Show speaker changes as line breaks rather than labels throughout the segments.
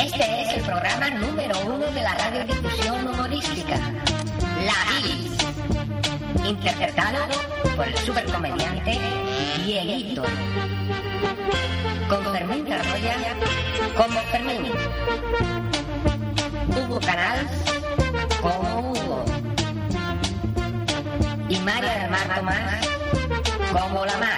Este es el programa número uno de la radiodifusión humorística, La Bilis, interpretado por el supercomediante Dieguito, con Fermín Carroya como Fermín, Hugo Canals como Hugo, y María del Mar Tomás como La Mara.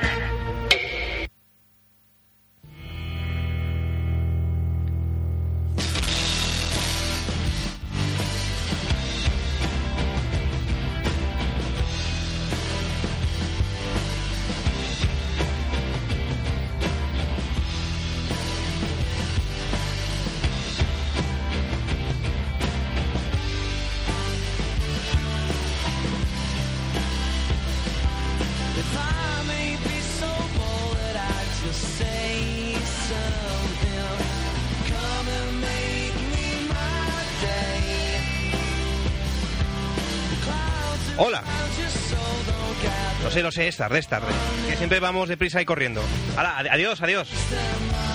If I may be so bold that I just say something, come and make me my day.
Hola,
Just so don't gather
no sé, no sé, es tarde, es tarde. Que siempre vamos deprisa y corriendo. Hala, ad- adiós, adiós.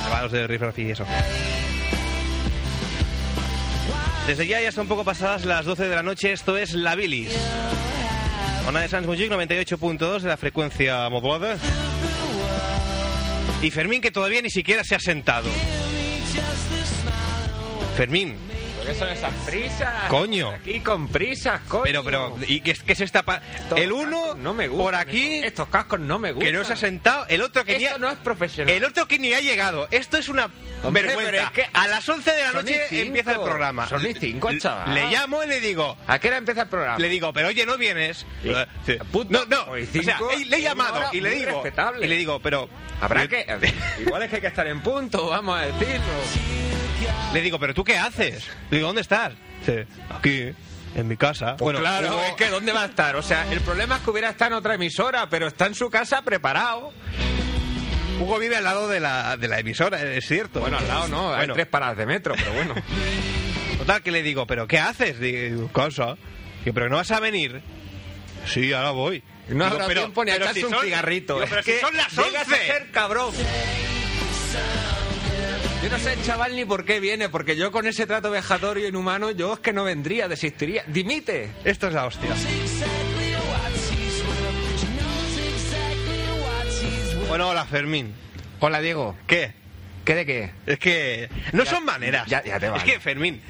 Acabados de riffraff y eso. Desde ya ya son un poco pasadas las 12 de la noche, esto es La Bilis. Ona de Sans Montjuic, 98.2 de la frecuencia modulada. Y Fermín que todavía ni siquiera se ha sentado. Fermín,
¿Por qué son esas prisas?
Coño.
Aquí con prisas, coño.
pero, pero, ¿y qué es, qué es esta pa-
Estos
El
cascos
uno,
no me gusta.
por aquí,
Estos cascos no me gustan.
que no se ha sentado, el otro que ni ha-
Esto no es profesional.
El otro que ni ha llegado. Esto es una
Hombre, pero
vergüenza.
es que-
a las 11 de la
Son
noche
y cinco.
empieza el programa.
Son y cinco,
Le-
chaval.
Le llamo y le digo.
¿A qué hora empieza el programa?
Le digo, pero oye, no vienes.
Sí.
Eh, sí.
Puto.
No, no.
Hoy
O sea,
cinco,
eh, le he
es
llamado
una hora
y le
muy
digo.
respetable.
Y le digo, pero.
Habrá
le-
que... Igual es que hay que estar en punto, vamos a decirlo.
Le digo, pero tú qué haces? Le digo, ¿dónde estás? Dice, aquí, en mi casa. bueno,
Pues claro,
Hugo-
es que ¿dónde va a estar? O sea, el problema es que hubiera estado en otra emisora, pero está en su casa preparado.
Hugo vive al lado de la, de la emisora, es cierto.
Bueno, al lado no, hay
Bueno.
tres paradas de metro, pero bueno.
Total, que le digo, ¿pero qué haces? Digo, cosa. Digo, ¿pero no vas a venir? Sí, ahora voy.
No
Digo,
habrá tiempo ni a echarse un
son-
cigarrito.
Digo,
Es
pero si
que
son las
llegas a
11.
ser cabrón. Yo no sé, chaval, ni por qué viene, porque yo con ese trato vejatorio inhumano, yo es que no vendría, desistiría. ¡Dimite!
Esto es la hostia. Bueno, hola Fermín.
Hola, Diego.
¿Qué?
¿Qué de qué?
Es que no son maneras.
ya- ya te
Es
vale.
que Fermín,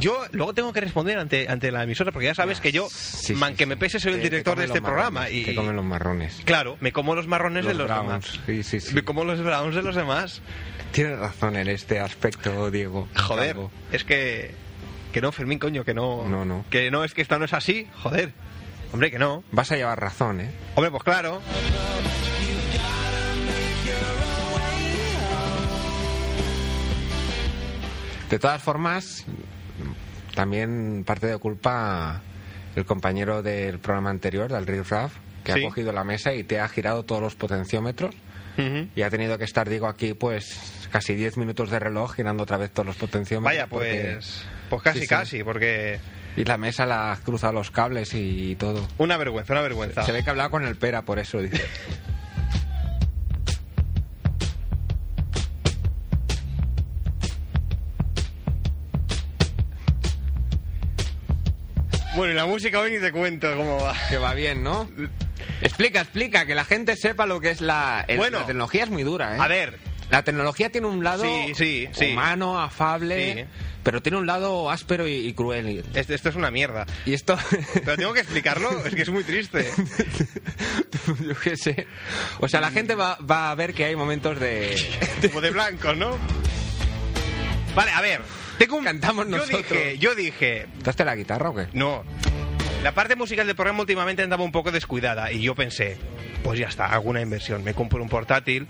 yo luego tengo que responder ante, ante la emisora porque ya sabes que yo,
Sí,
man
sí,
que
sí.
me pese, soy el
Te- te
director de
comen
este
los
programa
marrones,
y
Te comen los marrones.
claro, me como los marrones
Los
de los
Browns,
demás.
sí, sí, sí.
Me como los browns de los demás.
Tienes razón en este aspecto, Diego.
Joder,
Bravo.
es que. Que no, Fermín, coño, que no.
No, no.
Que no, es que esta no es así, joder. Hombre, que no.
Vas a llevar razón, ¿eh?
Hombre, pues claro.
De todas formas, también parte de culpa el compañero del programa anterior, del Riff Raff, que
Sí.
ha cogido la mesa y te ha girado todos los potenciómetros. Y ha tenido que estar, digo, aquí pues casi 10 minutos de reloj girando otra vez todos los potenciómetros.
Vaya,
porque-
pues. Pues casi,
Sí, sí.
casi, porque.
Y la mesa la has cruzado los cables y todo.
Una vergüenza, una vergüenza.
Se ve que hablaba con el pera por eso, dice.
Bueno, y la música hoy ni te cuento cómo va.
Que va bien, ¿no? Explica, explica, que la gente sepa lo que es la... el-
Bueno.
la tecnología es muy dura, ¿eh?
A ver,
La tecnología tiene un lado
Sí, sí, sí.
humano, afable,
Sí.
pero tiene un lado áspero y, y cruel.
esto, esto es una mierda.
Y esto...
Pero tengo que explicarlo, es que es muy triste.
Yo qué sé. O sea, la gente va, va a ver que hay momentos de...
Como de blancos, ¿no? Vale, a ver. Tengo un.
Cantamos
yo
nosotros.
dije, yo dije,
¿Tocaste la guitarra o qué?
No. La parte musical del programa últimamente andaba un poco descuidada y yo pensé, pues ya está, hago una inversión. Me compro un portátil.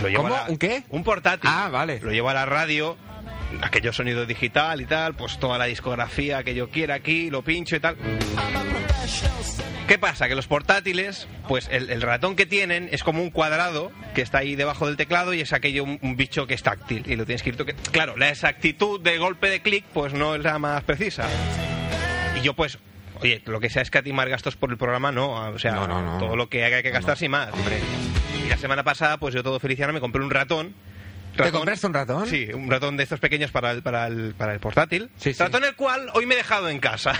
Lo llevo
¿Cómo?
a la-
¿Un qué?
Un portátil.
Ah, vale.
Lo llevo a la radio, aquello sonido digital y tal, pues toda la discografía que yo quiera aquí, lo pincho y tal. ¿Qué pasa? Que los portátiles, pues el, el ratón que tienen es como un cuadrado que está ahí debajo del teclado y es aquello un, un bicho que es táctil y lo tienes que ir toque- Claro, la exactitud del golpe de clic pues no es la más precisa. Y yo pues, oye, lo que sea escatimar gastos por el programa, no. O sea,
No, no, no.
todo lo que haya que
No,
gastar
no.
sin más.
Hombre.
Y la semana pasada, pues yo todo feliciano me compré un ratón.
¿Te compraste un ratón?
Sí, un ratón de estos pequeños para el, para el, para el portátil.
Sí, sí.
Ratón el cual hoy me he dejado en casa.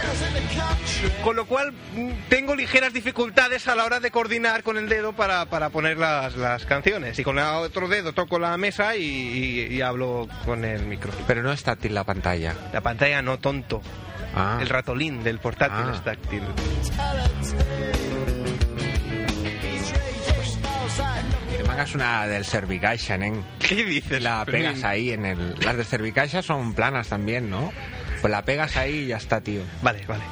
Con lo cual mm, tengo ligeras dificultades a la hora de coordinar con el dedo para, para poner las, las canciones. Y con el otro dedo toco la mesa y, y- y hablo con el micro.
Pero no es táctil la pantalla.
La pantalla no, tonto.
Ah.
El ratolín del portátil
Ah.
es táctil.
Te mangas una del Servicaixa, nen.
¿Qué dices?
La
Fermín?
pegas ahí en el... Las del Servicaixa son planas también, ¿no? Pues la pegas ahí y ya está, tío.
Vale, vale.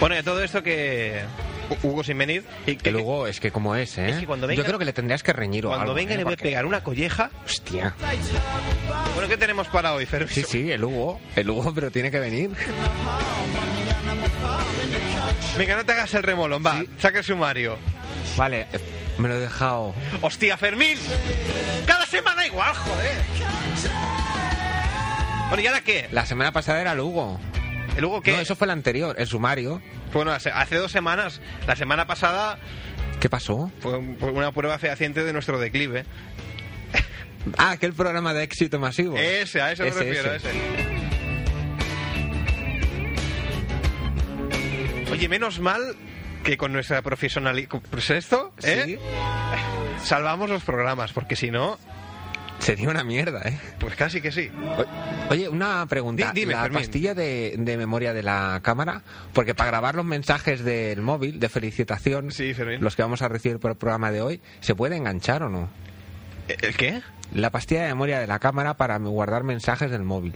Bueno, y a todo esto que Hu- Hugo sin venir y que
Que luego es que como es, ¿eh?
Es que cuando venga-
Yo creo que le tendrías que reñir o
cuando
algo,
venga
¿eh?
le voy a
Porque-
pegar una colleja.
Hostia.
Bueno, ¿qué tenemos para hoy, Fermín?
Sí, sí, el Hugo. El Hugo, pero tiene que venir.
Venga, no te hagas el remolón, va, saca el sumario.
Vale, eh, me lo he dejado.
¡Hostia, Fermín! Cada semana igual, joder. Bueno, ¿y ahora qué?
La semana pasada era el Hugo.
¿El Hugo qué?
No, eso fue el anterior, el sumario.
Bueno, hace hace dos semanas, la semana pasada,
¿Qué pasó?
Fue un- fue una prueba fehaciente de nuestro declive.
Ah, aquel programa de éxito masivo.
Ese, a eso me
Ese,
refiero,
ese.
ese. Oye, menos mal que con nuestra profesionalidad... Pues esto, ¿eh? Salvamos los programas, porque si no,
Sí, sería una mierda, ¿eh?
pues casi que sí.
O- Oye, una pregunta.
Di- dime,
la
Fermín.
pastilla de, de memoria de la cámara, porque para grabar los mensajes del móvil de felicitación,
Sí, Fermín.
los que vamos a recibir por el programa de hoy, ¿se puede enganchar o no?
¿El qué?
La pastilla de memoria de la cámara para guardar mensajes del móvil.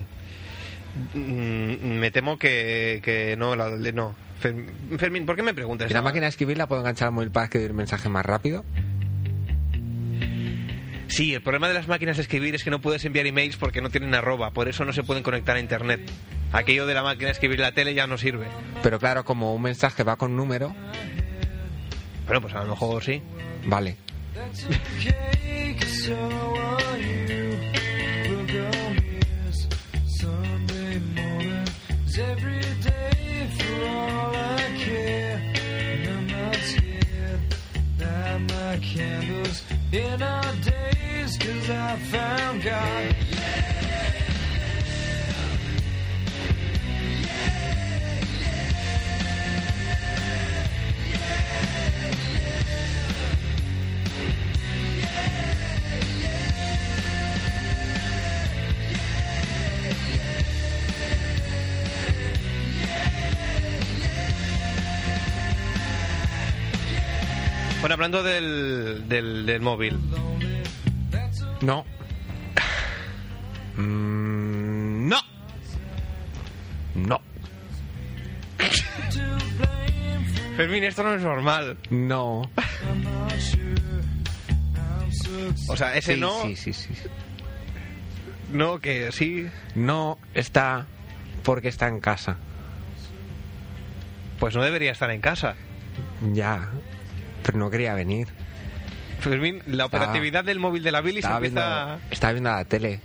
Mm, me temo que, que no, la- no. Ferm- Fermín, ¿por qué me preguntas?
¿Y la máquina de escribir la puedo enganchar al móvil para escribir mensajes más rápido?
Sí, el problema de las máquinas de escribir es que no puedes enviar emails porque no tienen arroba, por eso no se pueden conectar a internet. Aquello de la máquina de escribir la tele ya no sirve.
Pero claro, como un mensaje va con número,
Bueno, pues a lo mejor sí.
vale.
Cake, so are you. We'll go here's Sunday morning. It's every day for all I care. And I'm not scared. Light my candles in our days, cause I found God.
Bueno, hablando del, del, del móvil.
No. Mm, no. No.
Fermín, esto no es normal.
No.
O sea, ese
Sí,
no,
sí, sí, sí.
no, que sí.
No está porque está en casa.
Pues no debería estar en casa.
Ya. Pero no quería venir.
Fermín, la
Está-
operatividad del móvil de la Billy se
Estaba viendo,
empieza...
estaba viendo la tele.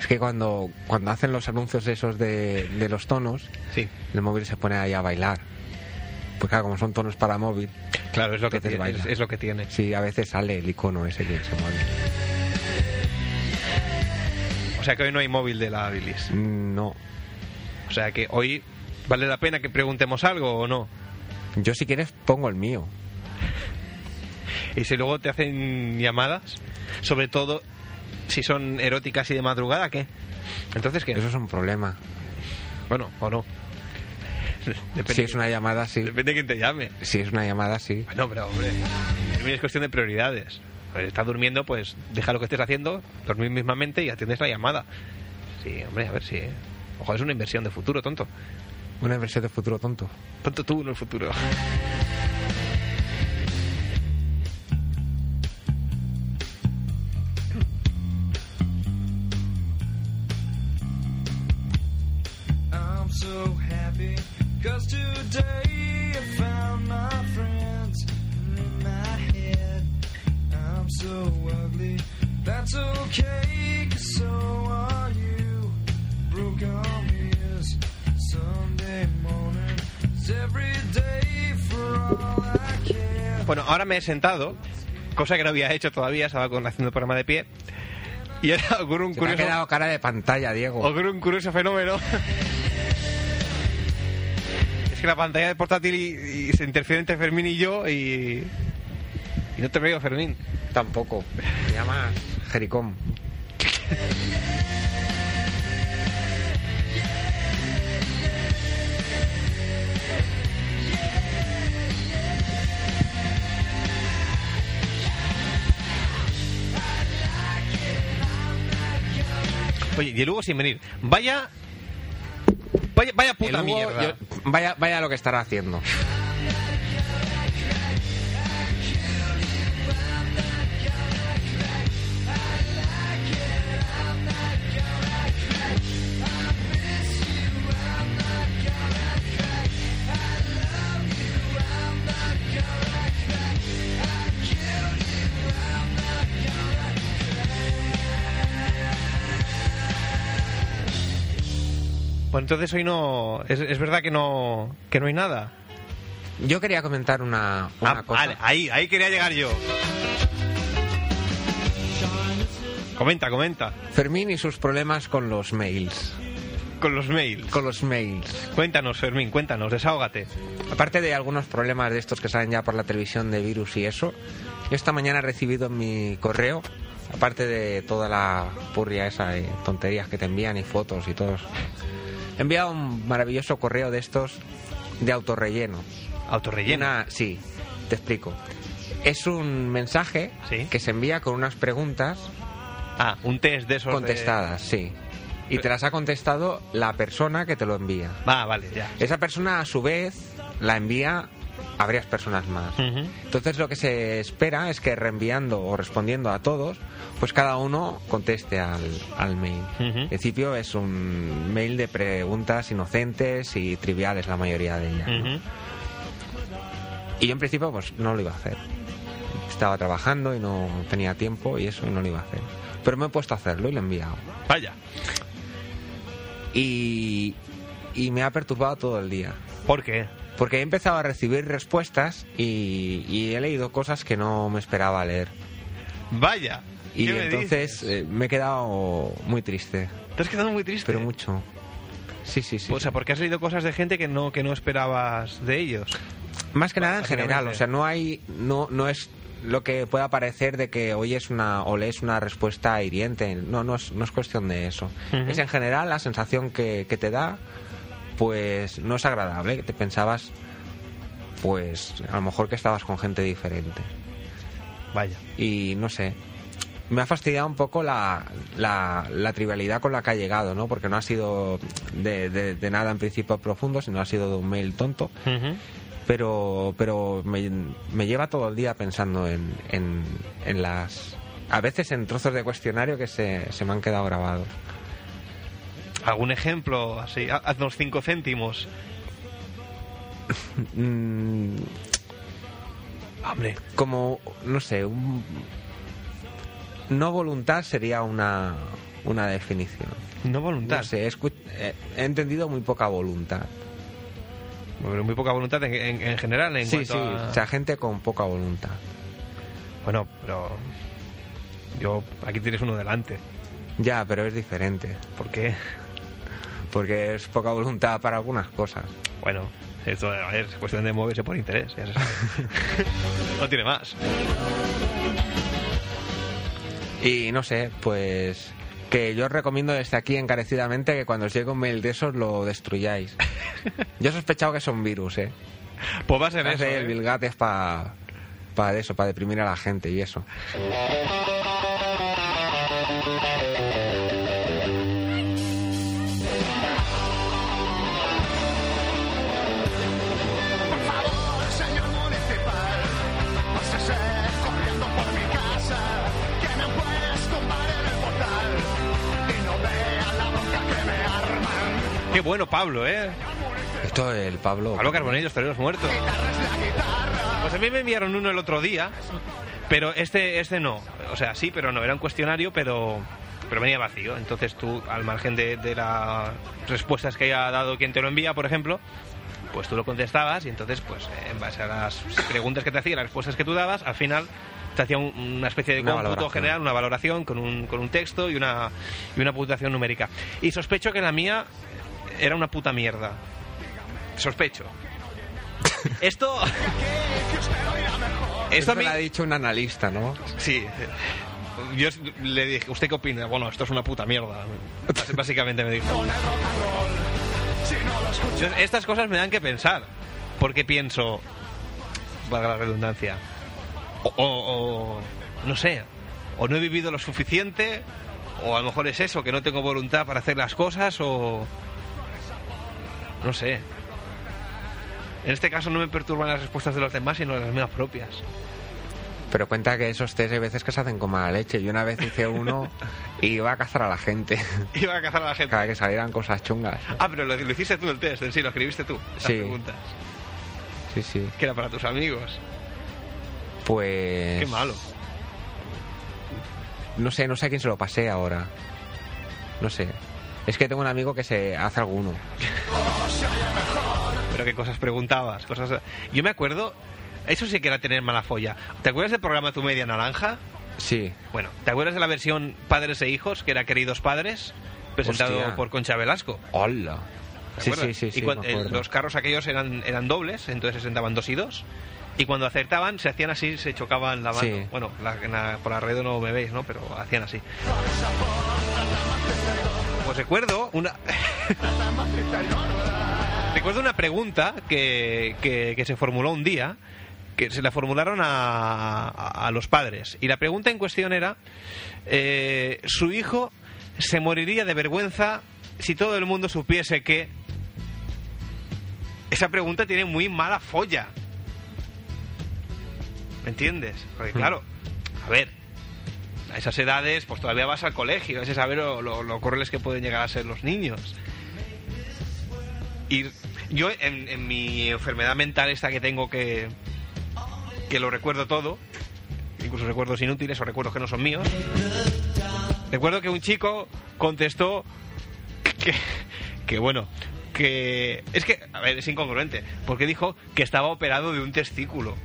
Es que cuando, cuando hacen los anuncios esos de, de los tonos,
Sí,
el móvil se pone ahí a bailar. Pues claro, como son tonos para móvil,
claro, es lo que,
Entonces
tiene,
baila.
es, es lo que tiene.
sí, a veces sale el icono ese que se mueve.
O sea que hoy no hay móvil de la Bilis.
Mm, No.
O sea que hoy vale la pena que preguntemos algo o no.
Yo si quieres pongo el mío.
Y si luego te hacen llamadas, sobre todo si son eróticas y de madrugada, ¿qué? Entonces, ¿qué?
Eso es un problema.
Bueno, o no. Depende,
Si es una llamada, sí.
depende de quién te llame.
Si es una llamada, sí.
Bueno, pero hombre, también es cuestión de prioridades. A ver, estás durmiendo, pues deja lo que estés haciendo, dormir mismamente y atiendes la llamada. Sí, hombre, a ver si... Ojo, es una inversión de futuro, tonto.
Una versión de futuro tonto.
Tonto tú en el futuro.
me. Cause today I found my friends in my head. I'm so ugly, that's okay, cause so are you. Broke arm is Sunday morning, is every day for all I care.
Bueno, ahora me he sentado, cosa que no había hecho todavía, estaba con, haciendo el programa de pie. Y ahora ocurre un
Se te ha
curioso,
quedado cara de pantalla, Diego.
ocurre un curioso fenómeno. es que la pantalla de portátil y, y se interfiere entre Fermín y yo y. Y no te veo, Fermín.
Tampoco. Se llama Jericón.
Oye, y luego sin venir. Vaya. Vaya, vaya puta
El Hugo,
mierda.
yo- vaya, vaya lo que estará haciendo.
Pues entonces hoy no. Es, es verdad que no, que no hay nada.
Yo quería comentar una, una
Ah,
cosa.
vale, ahí, ahí quería llegar yo. Comenta, comenta.
Fermín y sus problemas con los mails.
Con los mails.
Con los mails.
Cuéntanos, Fermín, cuéntanos, desahógate.
Aparte de algunos problemas de estos que salen ya por la televisión de virus y eso, yo esta mañana he recibido en mi correo, aparte de toda la purria esa de tonterías que te envían y fotos y todo, eso, he enviado un maravilloso correo de estos de autorrelleno.
Autorrellena.
Una- sí, te explico. Es un mensaje
Sí.
que se envía con unas preguntas
Ah, un test de esos. de-
contestadas, sí. Y te las ha contestado la persona que te lo envía.
Va, vale, ya.
Esa persona, a su vez, la envía a varias personas más.
Ujú.
Entonces lo que se espera es que reenviando o respondiendo a todos, pues cada uno conteste al, al mail.
Ujú.
En principio es un mail de preguntas inocentes y triviales la mayoría de ellas. ¿no?
Ujú.
Y yo en principio pues no lo iba a hacer. Estaba trabajando y no tenía tiempo y eso y no lo iba a hacer. Pero me he puesto a hacerlo y lo he enviado.
Vaya.
Y, y me ha perturbado todo el día.
¿Por qué?
Porque he empezado a recibir respuestas y, y he leído cosas que no me esperaba leer.
Vaya.
Y
¿Qué me
entonces
dices? Este-
eh, me he quedado muy triste,
Te has quedado muy triste.
pero mucho. Sí, sí, sí.
O sea, porque has leído cosas de gente que no, que no esperabas de ellos.
Más que nada en
básicamente.
general, o sea, no hay, no, no es lo que pueda parecer de que hoy es una o lees una respuesta hiriente. No, no es, no es cuestión de eso.
Ujú.
Es en general la sensación que, que te da, pues no es agradable. que Te pensabas, pues a lo mejor que estabas con gente diferente.
Vaya.
y no sé. Me ha fastidiado un poco la, la, la trivialidad con la que ha llegado, ¿no? Porque no ha sido de, de- de nada en principio profundo, sino ha sido de un mail tonto.
Ujú.
Pero, pero me, me lleva todo el día pensando en, en, en las... A veces en trozos de cuestionario que se, se me han quedado grabados.
¿Algún ejemplo? Así, ha- haznos cinco céntimos.
Mm,
Hombre.
como, no sé, un- no voluntad sería una, una definición.
No voluntad.
No sé, he, escu- eh, he entendido muy poca voluntad.
Pero muy poca voluntad en, en- en general. En
sí,
cuanto
sí,
a-
o sea, gente con poca voluntad.
Bueno, pero. Yo. Aquí tienes uno delante.
Ya, pero es diferente,
¿Por qué?
porque es poca voluntad para algunas cosas.
Bueno, esto a ver, es cuestión de moverse por interés, ya se sabe. no tiene más.
Y no sé, pues que yo os recomiendo desde aquí encarecidamente que cuando os llegue un mail de esos lo destruyáis. yo he sospechado que son virus, ¿eh?
Pues va a ser eso.
Hace el
¿eh?
Bill es para eso, para deprimir a la gente y eso.
Señor municipal, pásese corriendo por mi casa. Tienen pues tumbar en el portal y no vean la bronca que me arman.
Qué bueno, Pablo, ¿eh?
mucho el Pablo.
Pablo Carbonell, los toreros muertos. Pues a mí me enviaron uno el otro día, pero este, este no. O sea, sí, pero no. Era un cuestionario, pero, pero venía vacío. Entonces tú, al margen de, de las respuestas que haya dado quien te lo envía, por ejemplo, pues tú lo contestabas y entonces, pues eh, en base a las preguntas que te hacía, y las respuestas que tú dabas, al final te hacía un- una especie de
Una
cómputo
valoración.
general, una valoración con un, con un texto y una, y una puntuación numérica. Y sospecho que la mía era una puta mierda. Sospecho. Esto. Esto
Esto
a mí.
lo ha dicho un analista, ¿no?
Sí. eh, Yo le dije, ¿usted qué opina? Bueno, esto es una puta mierda. Bás- Básicamente me dijo. Entonces, Estas cosas me dan que pensar. Porque pienso. Valga la redundancia. O. o- o- no sé. O no he vivido lo suficiente. O a lo mejor es eso, que no tengo voluntad para hacer las cosas. O. No sé. En este caso no me perturban las respuestas de los demás, sino las mías propias.
Pero cuenta que esos test hay veces que se hacen con mala leche. Yo una vez hice uno y iba a cazar a la gente.
Iba a cazar a la gente.
Cada vez que salieran cosas chungas.
Ah, pero lo, lo hiciste tú el test, en sí, lo escribiste tú. Las
Sí.
preguntas.
Sí, sí.
Que era para tus amigos.
Pues.
Qué malo.
No sé, no sé a quién se lo pasé ahora. No sé. Es que tengo un amigo que se hace alguno.
Pero qué cosas preguntabas. cosas Yo me acuerdo. Eso sí que era tener mala folla. ¿Te acuerdas del programa Tu Media Naranja?
Sí.
Bueno, ¿te acuerdas de la versión Padres e Hijos, que era Queridos Padres? Presentado
Hostia.
por Concha Velasco.
Hola.
¿Te
Sí, sí,
acuerdas?
sí, sí.
Y cuan-
me
eh,
acuerdo.
los carros aquellos eran, eran dobles, entonces se sentaban dos y dos. Y cuando acertaban, se hacían así, se chocaban la mano.
Sí.
Bueno, la- en la- por la red no me veis, ¿no? Pero hacían así. Pues recuerdo una. recuerdo una pregunta que, que- que se formuló un día, que se la formularon a, a- a los padres. Y la pregunta en cuestión era: eh, ¿su hijo se moriría de vergüenza si todo el mundo supiese que.? Esa pregunta tiene muy mala folla. ¿Me entiendes? Porque claro, a ver, a esas edades pues todavía vas al colegio, es saber lo, lo, lo crueles que pueden llegar a ser los niños. Y yo en, en mi enfermedad mental esta que tengo que, que lo recuerdo todo, incluso recuerdos inútiles o recuerdos que no son míos, recuerdo que un chico contestó que, que bueno, que es que, a ver, es incongruente, porque dijo que estaba operado de un testículo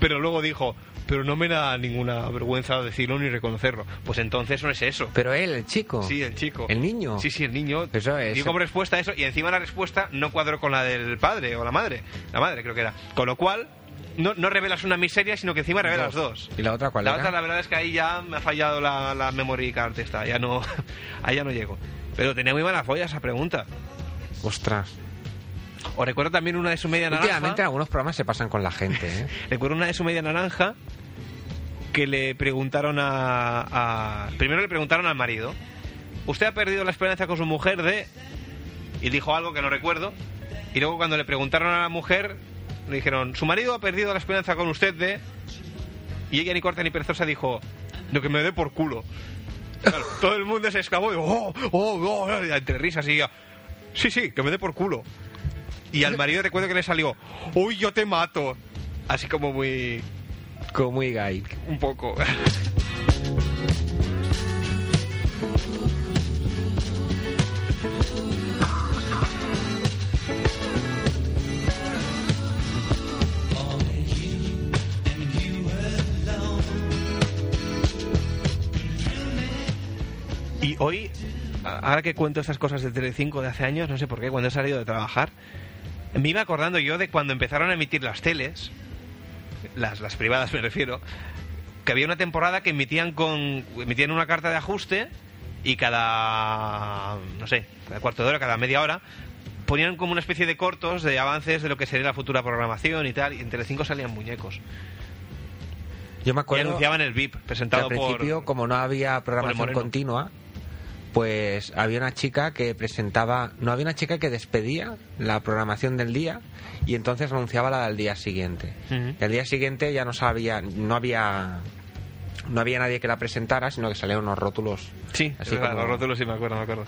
pero luego dijo, pero no me da ninguna vergüenza decirlo ni reconocerlo. Pues entonces no es eso.
Pero él, el chico.
Sí, el chico.
¿El niño?
Sí, sí, el niño.
Eso es.
Dio como respuesta a eso y encima la respuesta no cuadró con la del padre o la madre. La madre creo que era. Con lo cual, no, no revelas una miseria, sino que encima revelas dos.
¿Y la otra cuál
La
era?
otra, la verdad es que ahí ya me ha fallado la, la memory card esta. Ya no, ahí ya no llego. Pero tenía muy mala folla esa pregunta.
Ostras.
Os recuerdo también una de su media naranja.
Últimamente algunos programas se pasan con la gente, ¿eh?
Recuerdo una de su media naranja que le preguntaron a, a- Primero le preguntaron al marido. ¿Usted ha perdido la esperanza con su mujer de...? Y dijo algo que no recuerdo. Y luego cuando le preguntaron a la mujer, le dijeron, su marido ha perdido la esperanza con usted de... Y ella ni corta ni perezosa dijo, lo que me dé por culo. Claro, todo el mundo se exclamó, y, oh, oh, oh, y entre risas y yo, sí, sí, que me dé por culo. Y al marido recuerdo que le salió, uy, yo te mato. Así como muy...
Como muy gay.
un poco. Y hoy, a- ahora que cuento estas cosas de Telecinco de hace años, no sé por qué, cuando he salido de trabajar, me iba acordando yo de cuando empezaron a emitir las teles, las, las privadas me refiero, que había una temporada que emitían con emitían una carta de ajuste y cada no sé, cada cuarto de hora, cada media hora ponían como una especie de cortos de avances de lo que sería la futura programación y tal, y en Telecinco salían muñecos.
Yo me
Y
acuerdo...
anunciaban el VIP,
que
presentado
al principio,
por
como no había programación
Moreno.
continua, pues había una chica que presentaba, no había una chica que despedía la programación del día y entonces anunciaba la del día siguiente.
Ujú.
Y al día siguiente ya no sabía, no había, no había nadie que la presentara, sino que salían unos rótulos.
Sí,
así
es verdad,
como-
los rótulos sí me acuerdo, me acuerdo.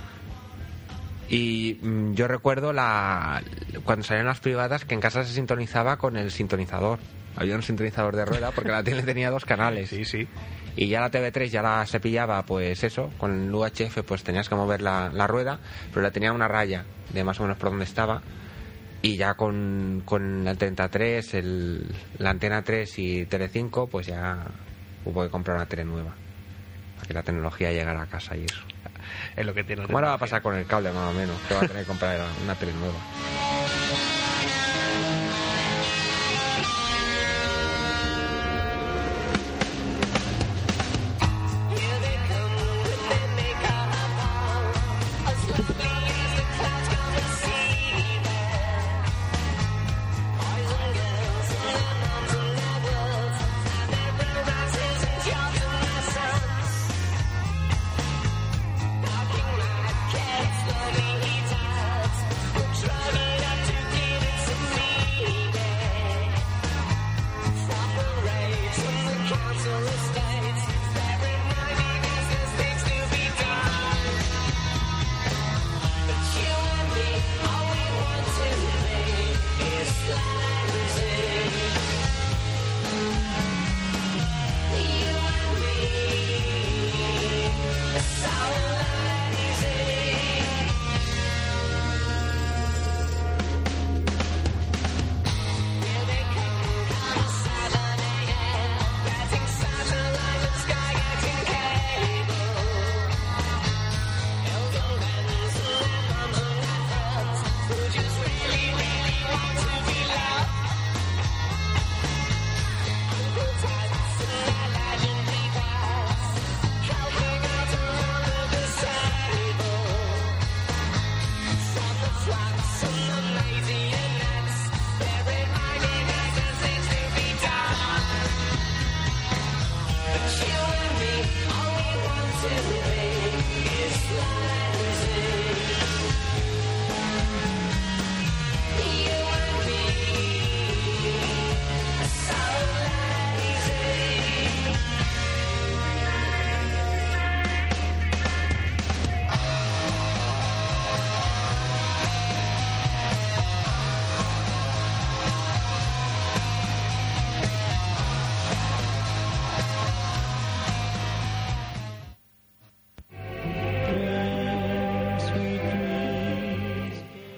Y mm, yo recuerdo la cuando salían las privadas que en casa se sintonizaba con el sintonizador. Había un sintonizador de rueda porque la tele tenía dos canales.
Sí, sí.
Y ya la TV3 ya la se pillaba, pues eso, con el UHF pues tenías que mover la, la rueda, pero la tenía una raya de más o menos por donde estaba. Y ya con, con la 33, el, la antena 3 y Tele5, pues ya hubo que comprar una tele nueva. Para que la tecnología llegara a casa y eso.
Es lo que tiene.
¿Cómo ahora va a pasar con el cable más o menos? Que va a tener que comprar una tele nueva.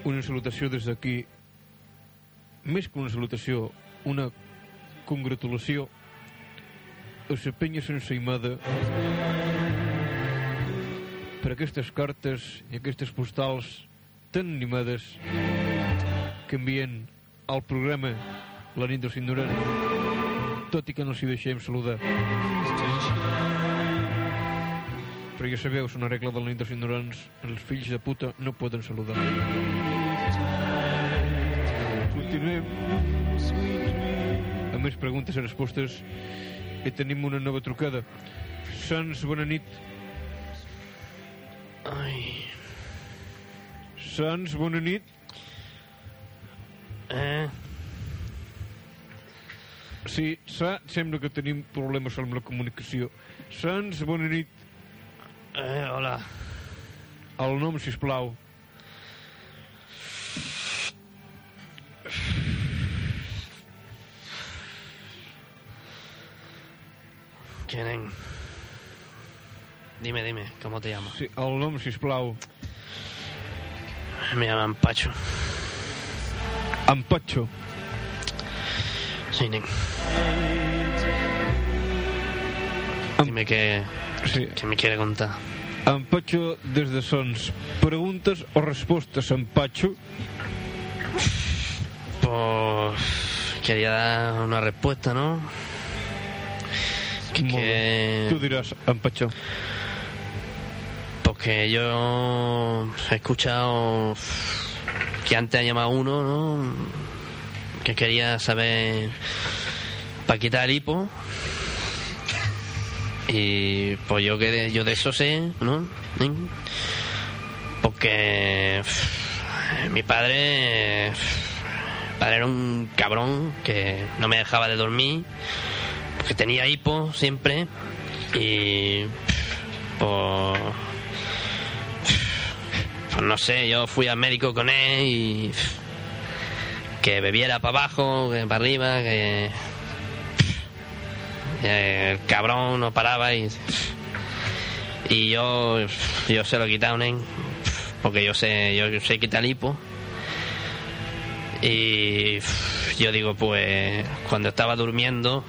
una salutació des d'aquí més que una salutació una congratulació a la penya sensaimada per aquestes cartes i aquestes postals tan animades que envien al programa La nit dels ignorants tot i que no s'hi deixem saludar però ja sabeu, és una regla de la nit dels ignorants els fills de puta no poden saludar Continuem amb més preguntes i respostes i tenim una nova trucada. Sants, bona nit. Ai. Sants, bona nit. Eh. Sí, sa, sembla que tenim problemes amb la comunicació. Sants, bona nit. Eh, hola. El nom, si plau.
Quieren. Dime, dime, ¿cómo te llamas?
Sí, el nom, si plau.
Me llaman Pacho.
En Patxo.
Sí, nen. Dime qué,
Sí.
qué me quiere contar.
En Patxo des de Sons. Preguntes o respostes, en Patxo?
Pues quería dar una respuesta, ¿no? Que,
Molt bé. Tu
que,
diràs, en Patxo.
porque yo he escuchado que antes ha llamado uno, ¿no? Que quería saber para quitar el hipo. Y pues yo que de, yo de eso sé, ¿no? ¿Ning? Porque pf, mi padre, pf, mi padre era un cabrón que no me dejaba de dormir, porque tenía hipo siempre y pf, pues pues no sé, yo fui al médico con él y pff, que bebiera para abajo, que para arriba, que pff, que el cabrón no paraba y pff, y yo pff, yo se lo quitaron eh, pff, porque yo sé yo sé quitar hipo y pff, yo digo pues cuando estaba durmiendo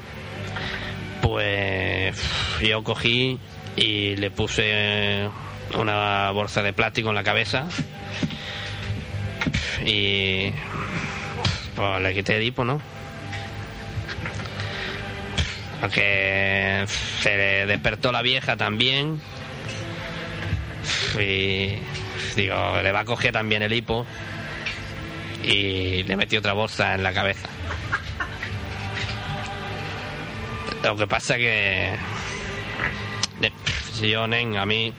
pues pff, yo cogí y le puse una bolsa de plástico en la cabeza y pues le quité el hipo, ¿no? Aunque se le despertó la vieja también y digo, le va a coger también el hipo y le metí otra bolsa en la cabeza. Lo que pasa que de- si yo, nen, a mí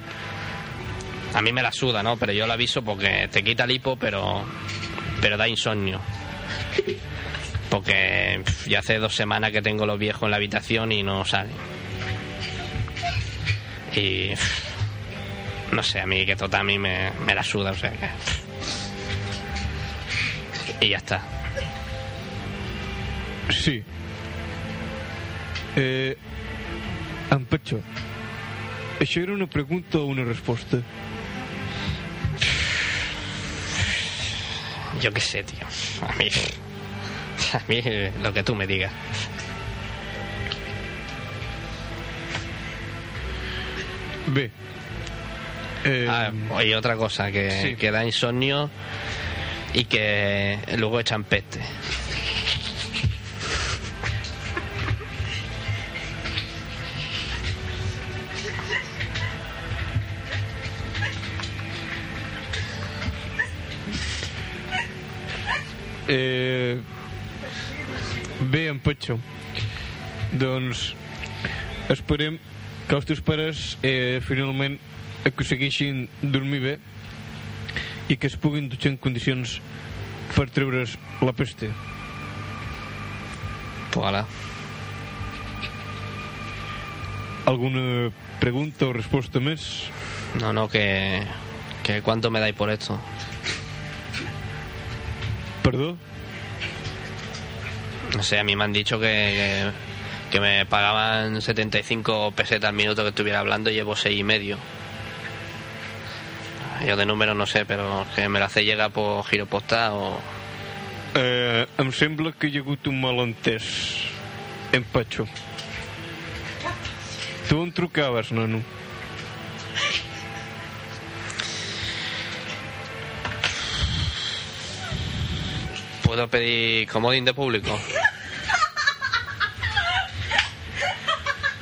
a mí me la suda, ¿no? Pero yo lo aviso porque te quita el hipo, pero pero da insomnio. Porque pf, ya hace dos semanas que tengo los viejos en la habitación y no salen. Y pf, no sé, a mí que total a mí me, me la suda, o sea que. pf. Y ya está.
Sí. Eh, en Pecho, això era una pregunta o una resposta?
Yo qué sé, tío. A mí. A mí eh, lo que tú me digas.
Bé. Eh,
Ah, y otra cosa que,
Sí.
que da insomnio y que luego echan peste.
Eh, bé, en Patxo. Doncs esperem que els teus pares eh, finalment aconsegueixin dormir bé i que es puguin dutxar en condicions per treure's la peste.
Pues ala.
Alguna pregunta o resposta més?
No, no, que, que cuánto me dais por esto.
Perdó?
No sé, a mí me han dicho que, que, que me pagaban 75 pesetas al minuto que estuviera hablando y llevo seis y medio. Yo de número no sé, pero que me la hace llegar por giro postal o...
Eh, em sembla que hi ha hagut un malentès. En Patxo. Tu on trucaves, nano?
¿Puedo pedir comodín de público?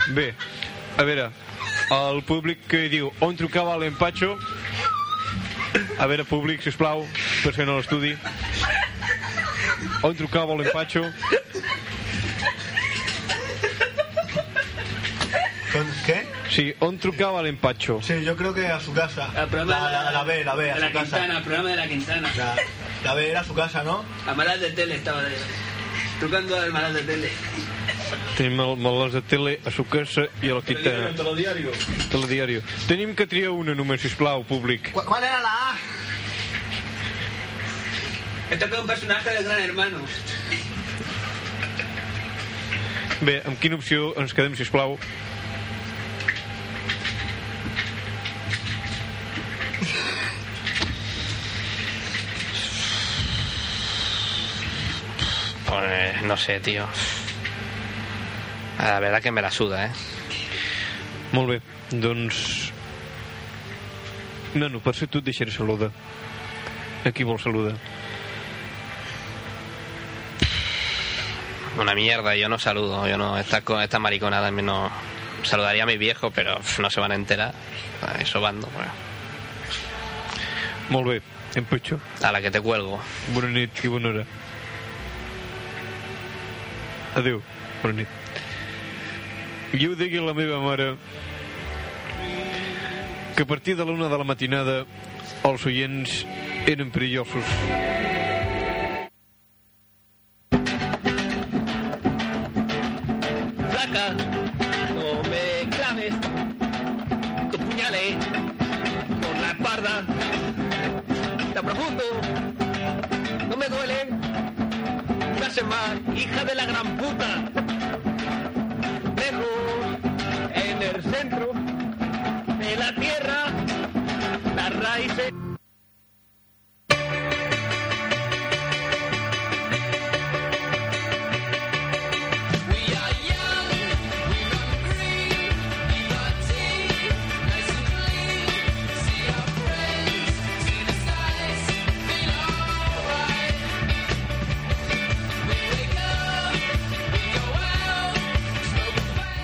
Bé, a veure, el públic que diu on trucava l'empatxo... A veure, públic, sisplau, per ser en l'estudi. On trucava l'empatxo?
¿Con- ¿Qué?
Sí, on trucava l'empatxo?
Sí, yo creo que a su casa.
El
La,
programa Ah, de
la, la B, la B, a
la
su
Quintana,
casa.
el programa de la Quintana.
La, la B era a su casa, ¿no?
A Malás de Tele estaba de- trucando al Malás de Tele.
Tenim el malòs de tele a su casa i a la quitana. Telediario. Tenim que triar una només, sisplau, públic.
¿Cu- ¿Cuál era la A?
Esto que es un personaje de Gran Hermano.
Bé, amb quina opció ens quedem, sisplau?
Pues no sé, tío. La verdad que me la suda, ¿eh?
Molt bé, doncs... Nano, per ser tu et deixaré saludar. A qui vols saludar?
Una mierda, yo no saludo, yo no, esta, co- esta mariconada a mí no... Saludaría a mi viejo, pero pf, no se van a enterar. pues, Ahí sobando, bueno.
Molt bé, en Petxo.
A la que te cuelgo.
Bona nit i bona hora. Adéu, bona nit. Jo ho deia a la meva mare que a partir de la una de la matinada els oients eren perillosos.
Placa, no me claves con puñales por la espalda
respira profundo. No me duele. Me hace mal, hija de la gran puta. Lejos, en el centro de la tierra, las raíces.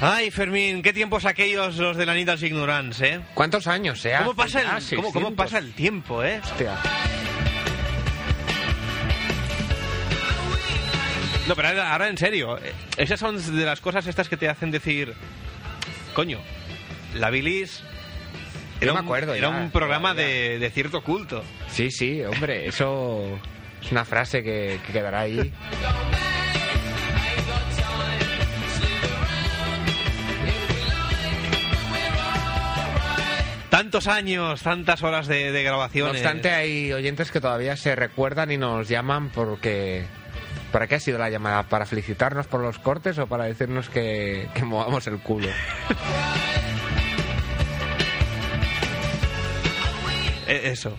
Ay, Fermín, qué tiempos aquellos los de la Nidas Ignorance, ¿eh?
¿Cuántos años sea?
¿Cómo pasa el,
Ah, sí,
cómo, cómo
cientos.
pasa el tiempo, eh?
Hostia.
No, pero ahora, ahora en serio, eh, esas son de las cosas estas que te hacen decir, coño, la bilis
Yo
era,
me
un-
acuerdo
era
ya,
un programa
ya, ya.
De, de cierto culto.
Sí, sí, hombre, eso es una frase que, que quedará ahí.
Tantos años, tantas horas de, de
No
grabaciones.
obstante, hay oyentes que todavía se recuerdan y nos llaman porque... ¿Para qué ha sido la llamada? ¿Para felicitarnos por los cortes o para decirnos que, que movamos el culo?
Eh, eso.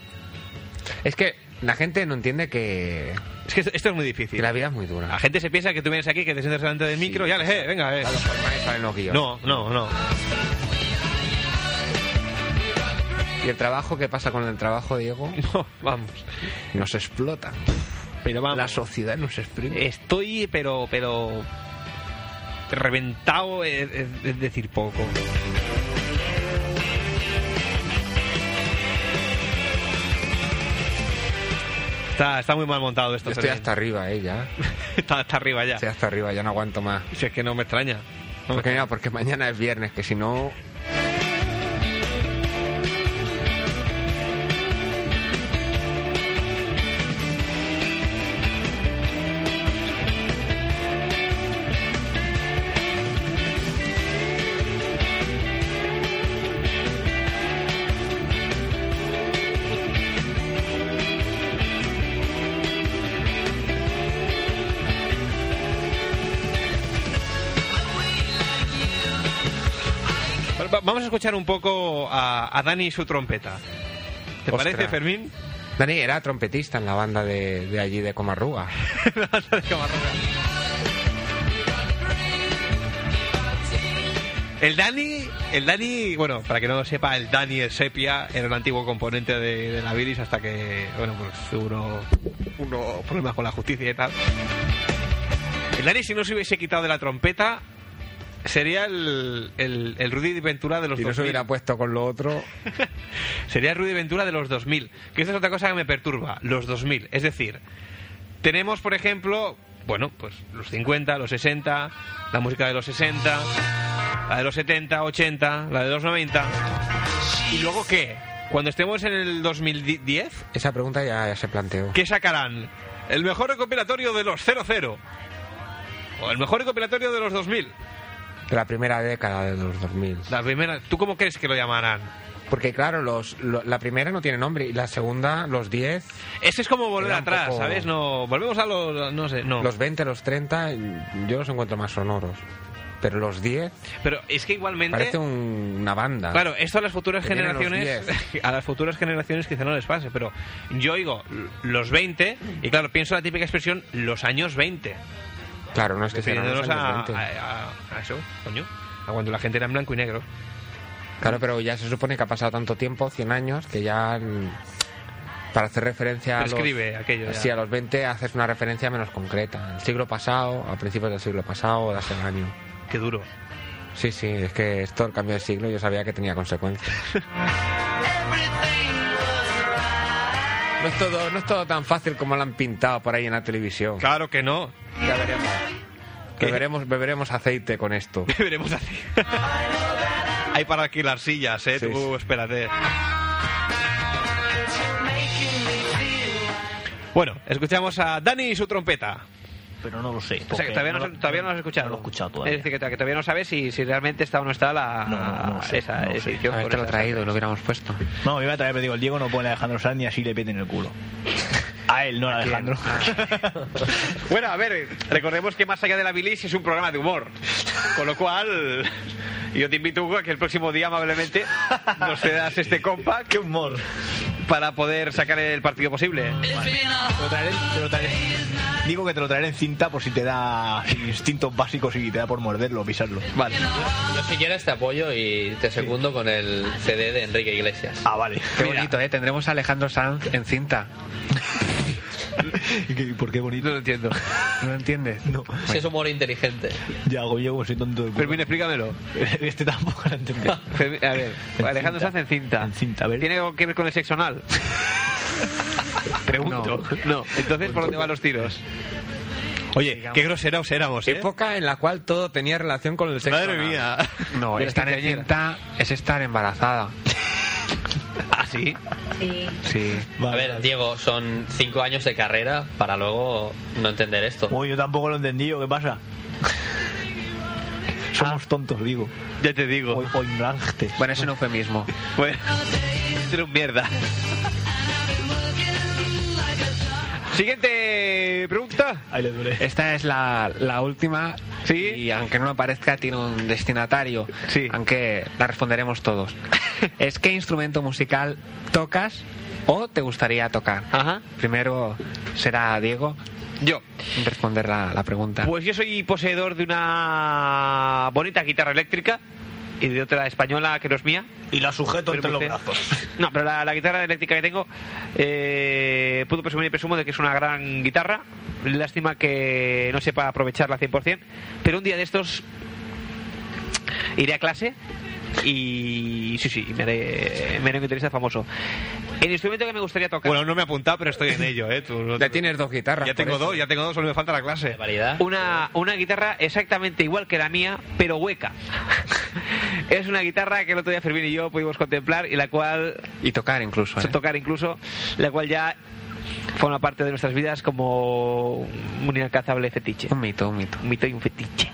Es que la gente no entiende que,
Es que esto, esto es muy
que
difícil.
la
La...
vida es muy dura.
gente se piensa que tú vienes aquí, que te sientas delante del micro y ya le, eh, venga, eh.
Claro, por nadie salen los guiones.
No, no, no.
¿Y el trabajo? ¿Qué pasa con el trabajo, Diego?
No, vamos.
Nos explota.
Pero vamos. Eh,
La sociedad nos exprime.
Estoy, pero, pero. Reventado es, es- es decir poco. Está, está muy mal montado esto.
Yo estoy
Fermín.
hasta arriba, eh, ya.
está, está arriba ya.
Estoy hasta arriba, ya no aguanto más.
Si es que no me extraña. No me
Porque mira, porque mañana es viernes, que si no...
Va- va- Vamos a escuchar un poco a, a Dani y su trompeta. ¿Te
Ostras.
parece, Fermín?
Dani era trompetista en la banda de, de allí de Comarruga.
El Dani, el Dani, bueno, para que no lo sepa, el Dani el Sepia era un antiguo componente de, de la Viris hasta que, bueno, pues hubo unos problemas con la justicia y tal. El Dani, si no se hubiese quitado de la trompeta, sería el, el, el Rudy Ventura de los
Y no se
2000.
hubiera puesto con lo otro.
Sería Rudy Ventura de los 2000. Que esta es otra cosa que me perturba, los 2000. Es decir, tenemos, por ejemplo, bueno, pues los 50, los 60, la música de los 60, la de los 70, 80, la de los 90. ¿Y luego qué? Cuando estemos en el 2010,
Esa pregunta ya, ya se planteó.
¿qué sacarán? ¿El mejor recopilatorio de los 00? ¿O el mejor recopilatorio de los 2000?
De la primera década de los 2000.
La primera, ¿tú cómo crees que lo llamarán?
Porque claro, los, lo- la primera no tiene nombre y la segunda, los 10,
Ese es como volver
Era un
atrás,
poco-
¿sabes? No, volvemos a los, no sé, no.
los 20, los 30, yo los encuentro más sonoros. Pero los 10
Pero es que igualmente.
parece un- una banda.
Claro, esto a las futuras
Que vienen los
generaciones. A las futuras generaciones quizá no les pase, pero yo oigo los 20, y claro, pienso la típica expresión los años 20.
Claro, no es que sean los
Refiriéndonos
años
a,
20.
a- a- a eso, coño. A cuando la gente era en blanco y negro.
Claro, pero ya se supone que ha pasado tanto tiempo, 100 años, que ya mm, para hacer referencia a los,
Prescribe aquello ya.
sí, a los 20 haces una referencia menos concreta. El siglo pasado, a principios del siglo pasado o de hace un año.
Qué duro.
Sí, sí, es que esto, el cambio de siglo, yo sabía que tenía consecuencias. No es, todo, no es todo tan fácil como lo han pintado por ahí en la televisión.
Claro que no.
Ya veremos.
¿Qué?
Beberemos, beberemos aceite con esto.
Veremos así. Hay para alquilar sillas, ¿eh?
Sí,
Tú espérate. Bueno, escuchamos a Dani y su trompeta.
pero no lo sé.
O sea,
porque
que todavía no,
lo-
has- todavía no lo has escuchado.
No lo he escuchado todavía.
Es decir, que, to- que todavía no sabes si, si realmente está o no está la, esa, esa edición. con esas-
traído
y lo hubiéramos puesto.
No, me iba a traer, pero digo, el Diego no pone a Alejandro Sanz ni así le peten el culo. A él, no a Alejandro.
Bueno, a ver, recordemos que Más allá de la bilis es un programa de humor. Con lo cual, yo te invito, Hugo, a que el próximo día amablemente nos cedas este compa. ¡Qué humor! Para poder sacar el partido posible.
Te lo traeré- te lo traeré. Digo que te lo traeré en cinta por si te da instintos básicos y te da por morderlo o pisarlo.
Vale.
Yo si quieres te apoyo y te segundo con el CD de Enrique Iglesias.
Ah, vale.
Qué bonito, ¿eh? Tendremos a Alejandro Sanz en cinta.
¿Por qué bonito?
No lo entiendo.
¿No lo entiendes?
No.
Si es humor inteligente.
Ya, hago yo como soy tonto de culo.
Fermín, explícamelo.
Este tampoco lo entendí.
Fermín, A ver, Alejandro Sanz en cinta. ¿Tiene algo que ver con el sexo anal? Pregunto. No. Entonces, ¿por dónde van los tiros?
Oye,
qué groseros éramos, ¿eh?
Época en la cual todo tenía relación con el sexo.
Madre
anal.
mía.
No,
De las
estar en
quinceañeras.
cinta es estar embarazada.
¿Ah, sí?
Sí.
Sí.
A ver, Diego, son cinco años de carrera para luego no entender esto.
Uy, yo tampoco lo he entendido, ¿qué pasa? Somos tontos, digo.
Ah. Ya te digo.
O, o ignorantes.
Bueno, es un eufemismo.
Bueno, ser un mierda. Siguiente pregunta.
Ahí le duele.
Esta es la, la última.
Sí.
Y aunque no aparezca, tiene un destinatario.
Sí.
Aunque la responderemos todos. ¿Es qué instrumento musical tocas o te gustaría tocar?
Ajá.
Primero será Diego
Yo.
en responder la, la pregunta.
Pues yo soy poseedor de una bonita guitarra eléctrica y de otra española que no es mía.
Y la sujeto
Pero
entre los
usted-
brazos.
No, pero la, la guitarra eléctrica que tengo, eh, puedo presumir y presumo de que es una gran guitarra. Lástima que no sepa aprovecharla al 100%, pero un día de estos iré a clase y sí, sí, me haré, me haré un guitarrista famoso. El instrumento que me gustaría tocar...
Bueno,
no me he apuntado, pero estoy en ello, ¿eh?
Ya tienes dos guitarras.
Ya
por
tengo
eso.
dos, ya tengo dos, solo me falta la clase.
Variedad.
Una, una guitarra exactamente igual que la mía, pero hueca. es una guitarra que el otro día Fermín y yo pudimos contemplar y la cual,
Y tocar incluso. ¿eh?
tocar incluso, la cual ya forma parte de nuestras vidas como un inalcanzable fetiche.
Un mito, un mito.
Un mito y un fetiche.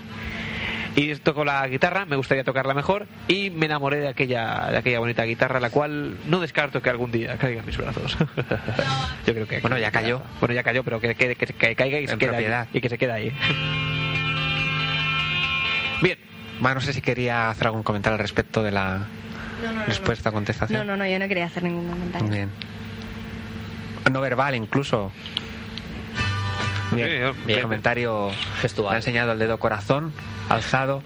Y toco la guitarra, me gustaría tocarla mejor y me enamoré de aquella, de aquella bonita guitarra, la cual no descarto que algún día caiga en mis brazos. Yo creo que
Bueno, ya cayó.
bueno, ya cayó, pero que, que- que- que caiga y se,
En
queda
propiedad.
ahí, y que se queda ahí. Bien,
Más no sé si quería hacer algún comentario al respecto de la
No, no, no,
respuesta, contestación.
No, no, no, yo no quería hacer ningún comentario.
Bien. No verbal, incluso.
Sí,
Bien,
yo-
mi
bien.
comentario
Gestual.
Ha enseñado el dedo corazón alzado,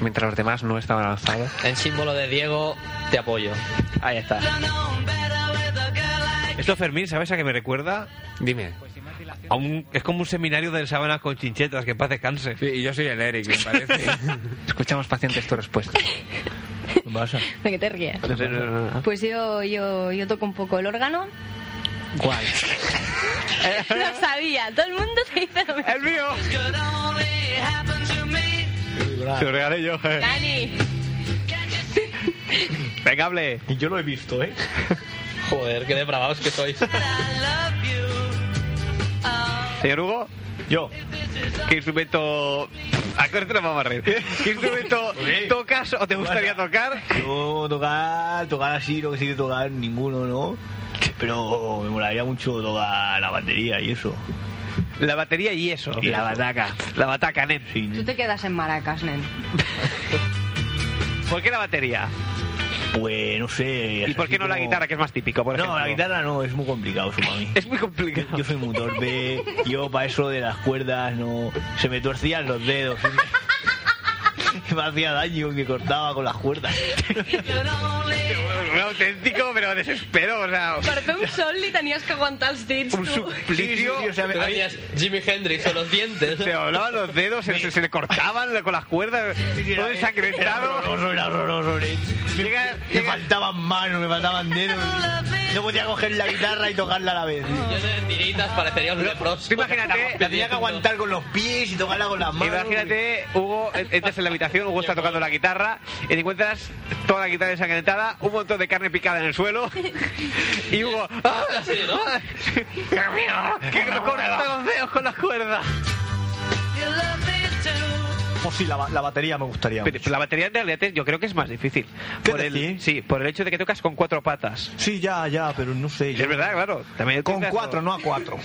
mientras los demás no estaban alzados.
En símbolo de Diego, te apoyo.
ahí está. Esto, Fermín, ¿sabes a qué me recuerda?
Dime.
A un- es como un seminario de sábanas con chinchetas, que en paz descanse.
y yo soy el Eric, me parece. Escuchamos pacientes tu respuesta.
¿Qué pasa?
De que te ríes.
No sé, no, no, no.
Pues yo, yo, yo toco un poco el órgano.
¿Cuál?
Lo sabía, todo el mundo te dice lo mismo.
¡El mío! Se lo regalé yo. eh.
Dani,
Venga, hable.
Y yo lo he visto, ¿eh?
Joder, qué depravados que sois.
Señor Hugo,
Yo.
¿qué instrumento... ¿A qué hora te lo vamos a reír? ¿Qué instrumento tocas o te gustaría tocar?
No tocar, tocar así, no que sí que tocar ninguno, ¿no? Pero me molaría mucho tocar la batería y eso.
La batería y eso.
Y la bataca.
La bataca, nen.
Sí.
tú te quedas en Maracas, nen.
¿Por qué la batería?
Pues no sé.
¿Y por qué no la guitarra, que es más típico, por
No,
ejemplo?
la guitarra no, es muy complicado eso para mí.
Es muy complicado.
Yo soy muy torpe, yo para eso de las cuerdas no... Se me torcían los dedos. y Me hacía daño que cortaba con las cuerdas.
Un auténtico, pero desespero, o sea...
Per fer un sol li tenies que aguantar els dits,
Un
tu.
suplicio.
Sí, sí, sí, o sea, me-
Tú
a mí-
tenías Jimi Hendrix o los dientes.
Se doblaban los dedos, se, se- se le cortaban con las cuerdas, todo
Era
ensangrentado.
horroroso, era horroroso, eh.
Llega-
Me
llega-
faltaban manos, me faltaban dedos. No podía coger la guitarra y tocarla a la vez.
Yo de tiritas parecería un leproso.
tú imagínate,
La tenía que aguantar con los pies y tocarla con las manos.
Imagínate, Hugo, entras en la habitación, Hugo está tocando la guitarra, y te encuentras toda la guitarra ensangrentada, un montón de carne picada en el suelo, y Hugo... ¡Ah!
Sí, ¿no?
¡Que me corta los dedos con las cuerdas!
O Oh, sí, la, ba- la batería me gustaría.
Pero la batería en realidad yo creo que es más difícil. Por el, sí, por el hecho de que tocas con cuatro patas.
Sí, ya, ya, pero no sé.
Es verdad, claro. También
Con
tocas
cuatro, no a cuatro.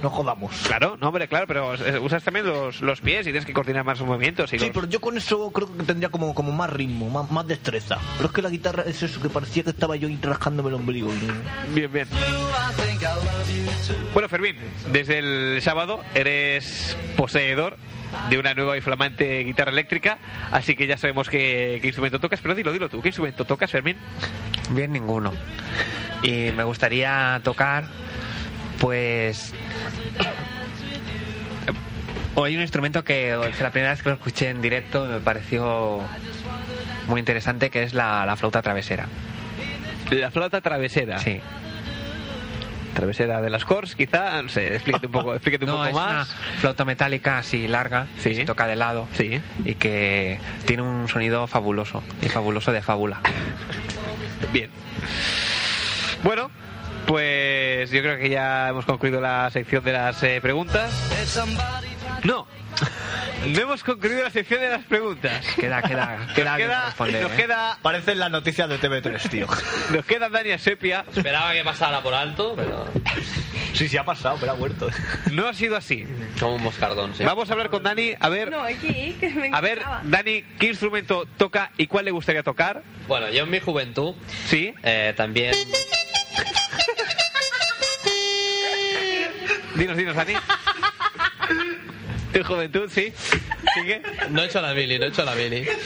no jodamos.
Claro, no, hombre, claro, pero eh, usas también los, los pies y tienes que coordinar más los movimientos. Y
Sí,
los-
pero yo con eso creo que tendría como, como más ritmo, más, más destreza. Pero es que la guitarra es eso, que parecía que estaba yo rascándome el ombligo.
Bien, bien. Bueno, Fermín, desde el sábado eres poseedor de una nueva y flamante guitarra eléctrica, así que ya sabemos qué, qué instrumento tocas, pero dilo, dilo tú, ¿qué instrumento tocas, Fermín?
Bien, ninguno. Y me gustaría tocar, pues. o Hay un instrumento que o sea, la primera vez que lo escuché en directo me pareció muy interesante, que es la, la flauta travesera.
La flauta travesera.
Sí.
Travesera de las cors, quizá, no sé, explícate un poco, explícate un
No,
poco
es
más.
una flauta metálica así larga, que se toca de lado y que tiene un sonido fabuloso, y fabuloso de fábula.
Bien. Bueno, pues yo creo que ya hemos concluido la sección de las eh, preguntas. No. No hemos concluido la sección de las preguntas.
Queda, queda,
queda.
pues,
responder, nos ¿eh? queda-
Parecen las noticias de TV3, tío.
Nos queda Dania Sepia.
Esperaba que pasara por alto, pero.
Sí, sí ha pasado, pero ha muerto.
No ha sido así.
Como un moscardón, sí.
Vamos a hablar con Dani, a ver,
No, aquí, que me
a ver,
encantaba.
Dani, ¿qué instrumento toca y cuál le gustaría tocar?
Bueno, yo en mi juventud. eh,
Sí.
también.
Dinos, dinos, Dani. Tu juventud, sí. ¿Sigue?
No he hecho la mili, no he hecho la mili.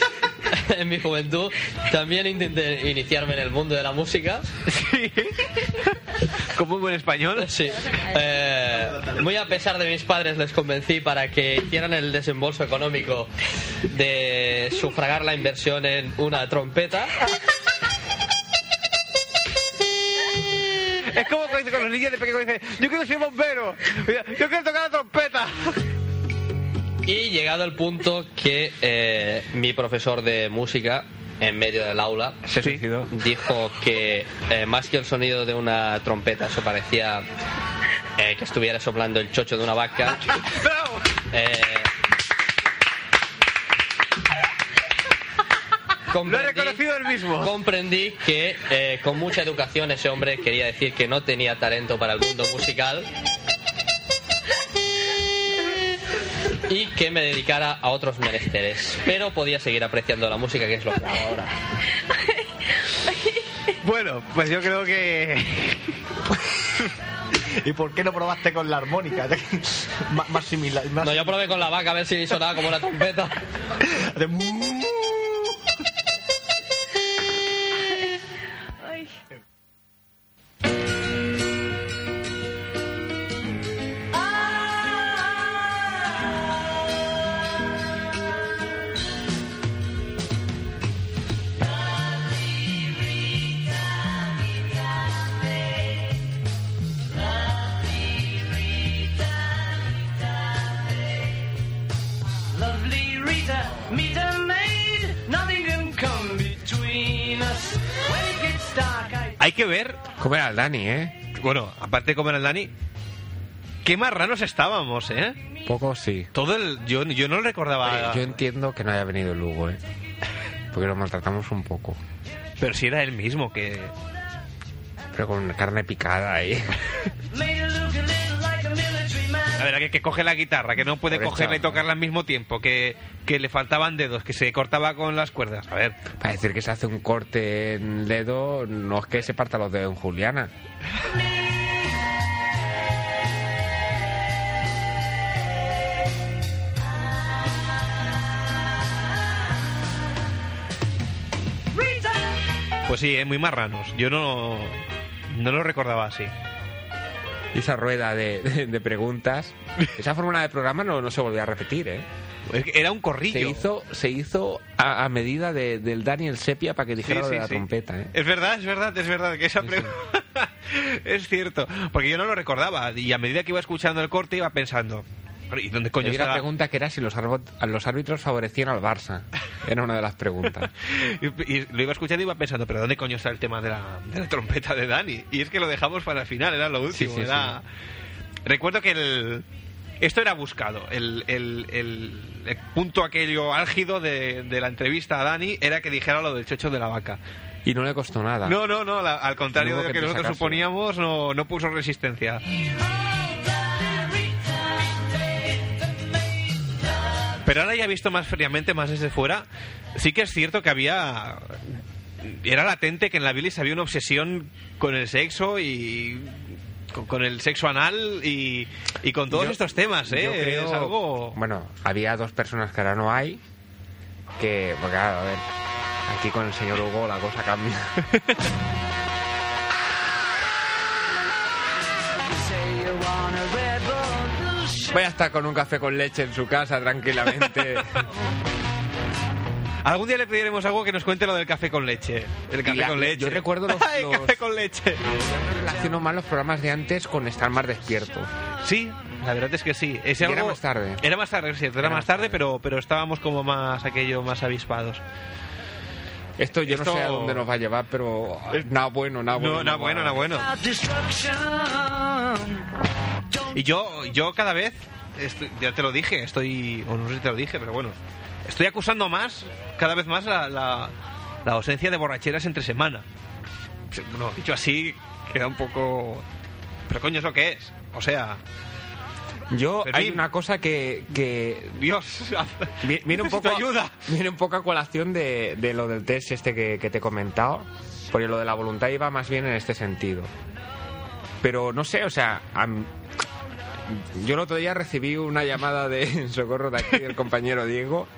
En mi juventud también intenté iniciarme en el mundo de la música.
Como un buen español.
Sí. Eh, muy a pesar de mis padres les convencí para que hicieran el desembolso económico de sufragar la inversión en una trompeta.
Es como cuando con los niños de pequeño dicen, yo quiero ser bombero, yo quiero tocar la trompeta.
Y llegado el punto que eh, mi profesor de música, en medio del aula, dijo que eh, más que el sonido de una trompeta, eso parecía eh, que estuviera soplando el chocho de una vaca. Eh, comprendí- Comprendí que eh, con mucha educación ese hombre quería decir que no tenía talento para el mundo musical. y que me dedicara a otros menesteres. Pero podía seguir apreciando la música, que es lo que hago ahora.
Bueno, pues yo creo que.
¿Y por qué no probaste con la armónica? más, más similar. más-
No, yo probé con la vaca a ver si sonaba como una trompeta.
de-
Ay.
Lovely Rita, meet a maid. Nothing can come between us. When it gets dark, I
Hay que ver.
Comer al Dani, ¿eh?
Bueno, aparte de comer al Dani, qué marranos estábamos, ¿eh?
Poco sí.
Todo el. Yo, yo no recordaba.
Yo entiendo que no haya venido Lugo, ¿eh? Porque lo maltratamos un poco.
Pero si era él mismo que.
Pero con carne picada ahí.
made her look a little like a military man.
A ver, que, que coge la guitarra, que no puede
Pobre
cogerla y
chaval.
tocarla al mismo tiempo, que, que le faltaban dedos, que se cortaba con las cuerdas. A ver.
Para decir que se hace un corte en el dedo, no es que se parta los dedos en Juliana.
Rita,
Pues sí, ¿eh? muy marranos. Yo no. No lo recordaba así.
Y esa rueda de, de- de preguntas. Esa fórmula de programa no, no se volvió a repetir, ¿eh?
Es que Era un corrillo.
Se hizo, se hizo a, a medida de- del Daniel Sepia para que dijera lo
sí,
de la
sí.
trompeta, ¿eh?
Es verdad, es verdad, es verdad que esa pregunta es cierto, porque yo no lo recordaba y a medida que iba escuchando el corte iba pensando, "Pero, ¿y dónde coño
Había una
está? la-?"
pregunta que era si los, árbit- a los árbitros favorecían al Barça. Era una de las preguntas.
Y, y lo iba escuchando y iba pensando, pero ¿dónde coño está el tema de la, de la trompeta de Dani? Y es que lo dejamos para el final, era lo último,
sí,
era- Recuerdo que el, Esto era buscado. El, el- el- el punto aquello álgido de, de la entrevista a Dani era que dijera lo del chocho de la vaca.
Y no le costó nada.
No, no, Ah. no, la- al contrario de
Luego
lo
que
que
te
nosotros
sacase.
suponíamos, no, no puso resistencia. Pero ahora ya visto más fríamente, más desde fuera, sí que es cierto que había... Era latente que en la bilis había una obsesión con el sexo y... Con, con el sexo anal y, y con todos
Yo-
estos temas, ¿eh?
yo creo-
Es algo...
Bueno, había dos personas que ahora no hay. Que, porque, claro, a ver, aquí con el señor Hugo la cosa cambia. Voy a estar con un café con leche en su casa tranquilamente.
Algún día le pediremos algo que nos cuente lo del café con leche. El café
la-
con leche.
yo recuerdo los-
Ay,
los-
café con leche.
Relaciono más los programas de antes con estar más despierto.
Sí, la verdad es que sí. Es
Y era
algo-
más tarde.
Era más tarde, es cierto. Era,
Era
más
más
tarde, pero, pero estábamos como más aquello, más avispados.
Esto yo
Esto-
no sé a dónde nos va a llevar, pero nada bueno, nada bueno.
No, nada bueno, nada bueno. Y yo, yo cada vez, estoy- ya te lo dije, estoy, o no sé si te lo dije, pero bueno, estoy acusando más, cada vez más, la, la- la ausencia de borracheras entre semana. Bueno, dicho así, queda un poco... Pero coño, ¿eso qué es? O sea,
Yo
En
hay
fin.
una cosa que, que
Dios,
vi- viene un poco
necesito ayuda.
viene un poco a colación de, de lo del test este que, que te he comentado, porque lo de la voluntad iba más bien en este sentido. Pero no sé, o sea, am- yo el otro día recibí una llamada de socorro de aquí del compañero Diego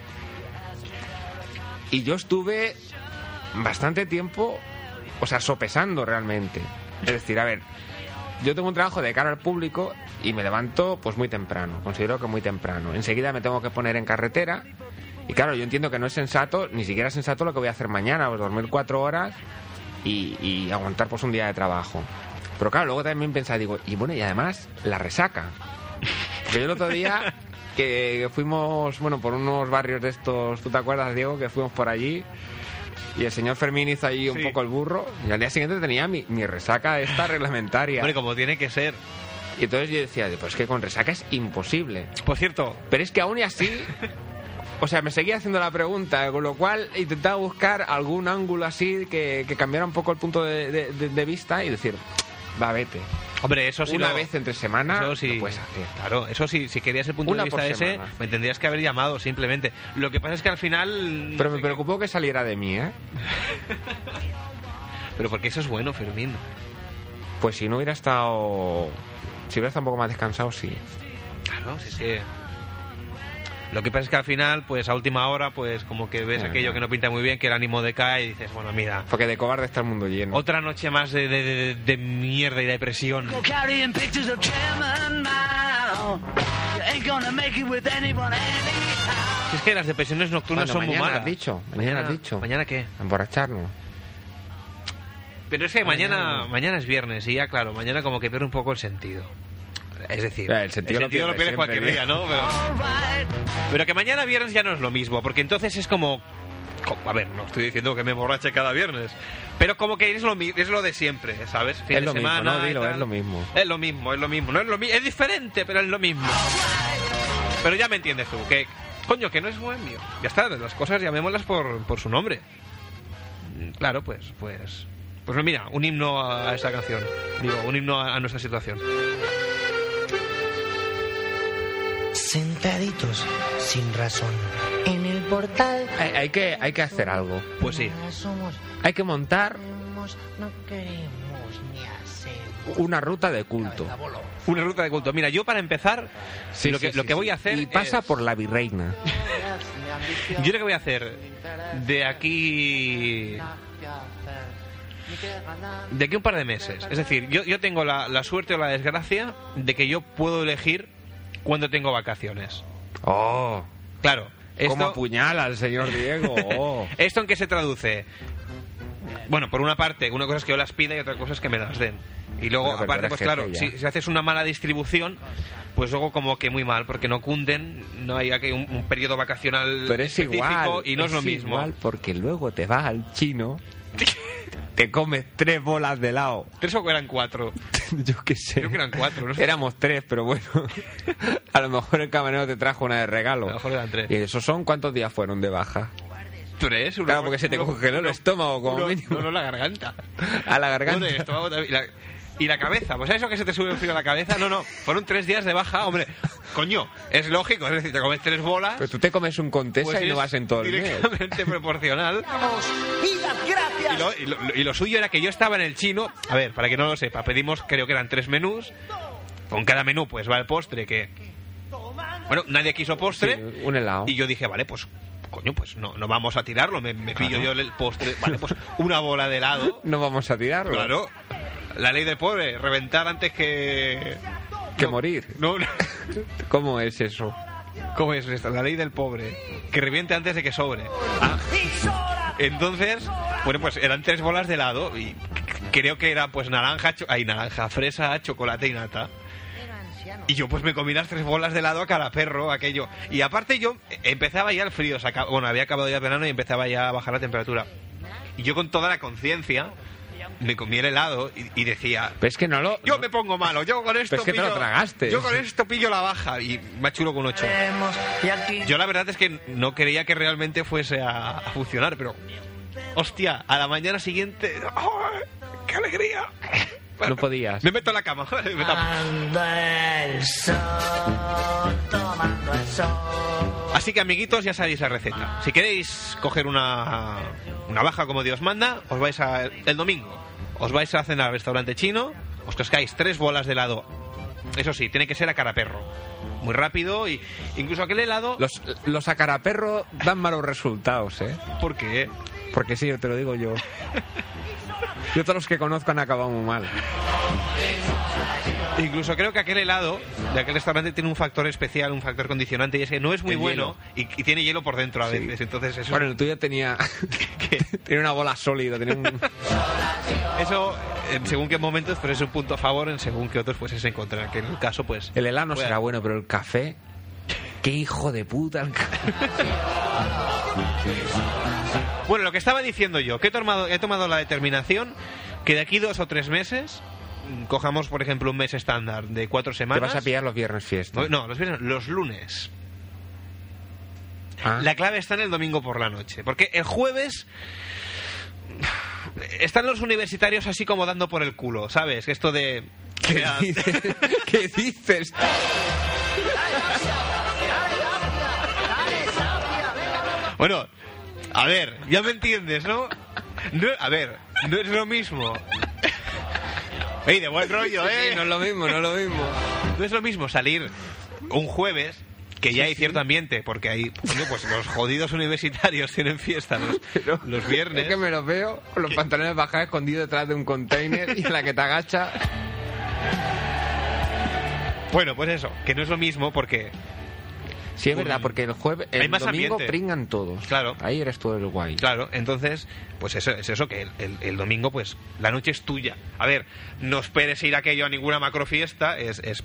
y yo estuve bastante tiempo, o sea, sopesando realmente. Es decir, a ver, yo tengo un trabajo de cara al público y me levanto pues muy temprano, considero que muy temprano. Enseguida me tengo que poner en carretera y claro, yo entiendo que no es sensato, ni siquiera es sensato lo que voy a hacer mañana, pues dormir cuatro horas y, y aguantar pues un día de trabajo. Pero claro, luego también pensaba, digo, y bueno, y además la resaca. Que yo el otro día que fuimos, bueno, por unos barrios de estos, ¿tú te acuerdas, Diego, que fuimos por allí? Y el señor Fermín hizo ahí un
Sí.
poco el burro. Y al día siguiente tenía mi, mi resaca esta reglamentaria.
hombre, como tiene que ser.
Y entonces yo decía, pues que con resaca es imposible.
Por cierto,
Pero es que aún y así, o sea, me seguía haciendo la pregunta, con lo cual intentaba buscar algún ángulo así que, que cambiara un poco el punto de, de- de- de vista y decir, va, vete.
hombre, eso sí
Una
lo-
vez entre semana
Eso sí.
lo puedes hacer.
Claro, eso sí, si querías el punto de
Una
vista
por
ese,
semana.
me tendrías que haber llamado simplemente. Lo que pasa es que al final.
Pero me preocupó que saliera de mí, ¿eh?
Pero porque eso es bueno, Fermín.
Pues si no hubiera estado... Si hubiera estado un poco más descansado, sí.
Claro, sí, sí. Lo que pasa es que al final, pues a última hora, pues como que ves
Ajá.
aquello que no pinta muy bien, que el ánimo decae y dices, bueno, mira,
Porque de cobarde está el mundo lleno.
otra noche más de, de- de- de mierda y depresión.
Carrying pictures of chamomile. You ain't gonna make it with anyone anyhow.
Si es que las depresiones nocturnas
Bueno,
son muy
mañana
malas.
has dicho, mañana has dicho.
¿Mañana qué?
Emborracharnos.
Pero es que mañana, mañana es viernes y ya, claro, mañana como que pierde un poco el sentido. Es decir,
El sentido,
lo pierdes
pierde
cualquier
siempre,
día, ¿no? Pero, pero que mañana viernes ya no es lo mismo, porque entonces es como... co- A ver, no estoy diciendo que me borrache cada viernes, pero como que es lo, mi- es lo de siempre, ¿sabes? Fin
Es
de
lo mismo,
semana
no,
y
dilo,
tal.
es lo mismo.
Es lo mismo, es lo mismo. No es lo mi- es diferente, pero es lo mismo. Pero ya me entiendes tú, que coño, que no es buen mío. Ya está, las cosas llamémoslas por, por su nombre. Mm, Claro, pues, pues. Pues mira, un himno a esta canción. Digo, un himno a, a nuestra situación.
Sentaditos sin razón en el portal.
Hay, hay que, hay que hacer algo.
Pues sí.
Somos,
Hay que montar
no queremos ni hacer.
una ruta de culto.
Una ruta de culto. Mira, yo para empezar,
Sí,
lo
sí,
que, lo
sí,
que voy
sí.
a hacer.
Y pasa por la virreina.
es- yo lo que voy a hacer de aquí. De aquí a un par de meses. Es decir, yo, yo tengo la, la suerte o la desgracia de que yo puedo elegir cuándo tengo vacaciones.
Oh,
Claro.
cómo
Esto,
apuñala el señor Diego. oh.
¿Esto en qué se traduce? Bueno, por una parte, una cosa es que yo las pida y otra cosa es que me las den. Y luego,
Bueno, pero
aparte,
eres
pues
jefe
claro,
ya.
si, si haces una mala distribución, pues luego como que muy mal, porque no cunden, no hay aquí un, un periodo vacacional
Pero es
específico
igual.
y no es, lo mismo.
igual porque luego te vas al chino, te comes tres bolas de helado
Tres o eran cuatro.
Yo qué sé.
Creo que eran cuatro, ¿no?
Éramos tres, pero bueno. A lo mejor el camarero te trajo una de regalo. A lo
mejor eran tres.
¿Y esos son cuántos días fueron de baja?
Tres, uno-
Claro, porque se te
uno-
congeló el estómago, como
uno-
mínimo.
No, no, la garganta.
A la garganta.
No, el estómago también, y, la, y la cabeza. ¿Pues eso que se te sube un frío a la cabeza? No, no. Fueron tres días de baja. Hombre, coño, es lógico. Es decir, te comes tres bolas.
Pero Pues tú te comes un contesa
pues
y no
es
vas en todo el mes.
Directamente proporcional.
Y las gracias.
Y lo, y lo- y lo suyo era que yo estaba en el chino. A ver, para que no lo sepa, pedimos, creo que eran tres menús. Con cada menú, pues va el postre que. Bueno, nadie quiso postre.
Sí, un helado.
Y yo dije, vale, pues. Coño, pues no, no vamos a tirarlo. Me, me pillo yo el postre. Vale, pues una bola de helado.
No vamos a tirarlo.
Claro. La ley del pobre, reventar antes que.
Que morir.
No, no.
¿Cómo es eso?
¿Cómo es esto? La ley del pobre. Que reviente antes de que sobre. Ah. Entonces, bueno, pues eran tres bolas de helado y creo que era pues naranja, cho- ay, naranja, fresa, chocolate y nata. Y yo pues me comí las tres bolas de helado a cara perro, aquello. Y aparte yo eh, empezaba ya el frío, se acab- bueno, había acabado ya el verano y empezaba ya a bajar la temperatura. Y yo con toda la conciencia me comí el helado y, y decía,
Pero es que no lo.
yo me pongo malo, yo con esto
Pero es que te
pillo,
lo tragaste.
Yo con esto pillo la baja y más chulo con ocho. Yo la verdad es que no creía que realmente fuese a, a funcionar, pero hostia, a la mañana siguiente, ¡oh, qué alegría.
No podías.
Me meto en la cama. me meto
Ah.
a- Así que amiguitos, ya sabéis la receta. Si queréis coger una, una baja como Dios manda, os vais a, el domingo. Os vais a cenar al restaurante chino, os cascáis tres bolas de helado. Eso sí, tiene que ser a cara perro. Muy rápido y incluso aquel helado...
Los, los acaraperros dan malos resultados, ¿eh?
¿Por qué?
Porque sí, yo te lo digo yo. Yo todos los que conozco han acabado muy mal.
Incluso creo que aquel helado de aquel restaurante tiene un factor especial, un factor condicionante, y es que no es muy
El
bueno y, y tiene hielo por dentro a
Sí.
veces. Entonces, eso,
Bueno, el tuyo tenía. Tenía una bola sólida, tenía un.
eso eh, en según qué momentos, pues es un punto a favor, en según qué otros, pues es en contra. Que en el caso, pues.
El helado no
Bueno.
será bueno, pero el café. ¡Qué hijo de puta! el ca-
Bueno, lo que estaba diciendo yo, que he tomado, he tomado la determinación que de aquí dos o tres meses, mm, cojamos, por ejemplo, un mes estándar de cuatro
Te
semanas.
vas a pillar los viernes fiesta.
No, no, los viernes, los lunes.
Ah.
La clave está en el domingo por la noche. Porque el jueves. Están los universitarios así como dando por el culo, ¿sabes? Esto de. ¿Qué dices?
¿Qué dices?
Bueno, a ver, ya me entiendes, ¿no? No- a ver, no es lo mismo. Ey, de buen rollo,
Sí,
¿eh?
sí, no es lo mismo, no es lo mismo.
No es lo mismo salir un jueves, que ya hay cierto ambiente, porque ahí, coño, pues los jodidos universitarios tienen fiesta los, los viernes.
Es que me los veo con los pantalones bajados escondidos detrás de un container y en la que te agacha.
Bueno, pues eso, que no es lo mismo porque...
Sí, es verdad, porque el jueves,
Hay
el
más
domingo
ambiente.
pringan todos.
Claro.
Ahí eres tú el guay.
Claro, entonces, pues eso, es eso, que el, el- el domingo, pues, la noche es tuya. A ver, no esperes ir aquello a ninguna macrofiesta, es, es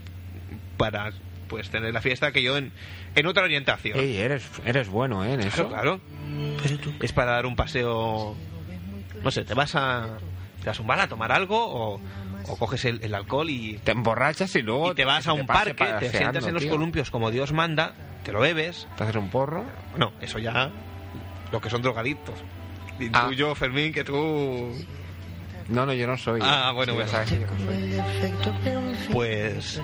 para, pues, tener la fiesta aquello en, en otra orientación.
Ey, eres, eres bueno, ¿eh? En eso.
Claro, claro. Es para dar un paseo. No sé, te vas a. Te vas a un bar a tomar algo o, o coges el, el alcohol y.
Te emborrachas y luego.
y te vas
te
a un
pases
parque, te
paseando,
sientas en los
tío.
columpios como Dios manda, te lo bebes.
Te haces un porro.
No, eso ya. Los que son drogadictos. Y tú,
Ah.
yo, Fermín, que tú.
No, no, yo no soy. ¿eh?
Ah, bueno,
Sí,
bueno.
ya sabes que yo no soy.
Pues.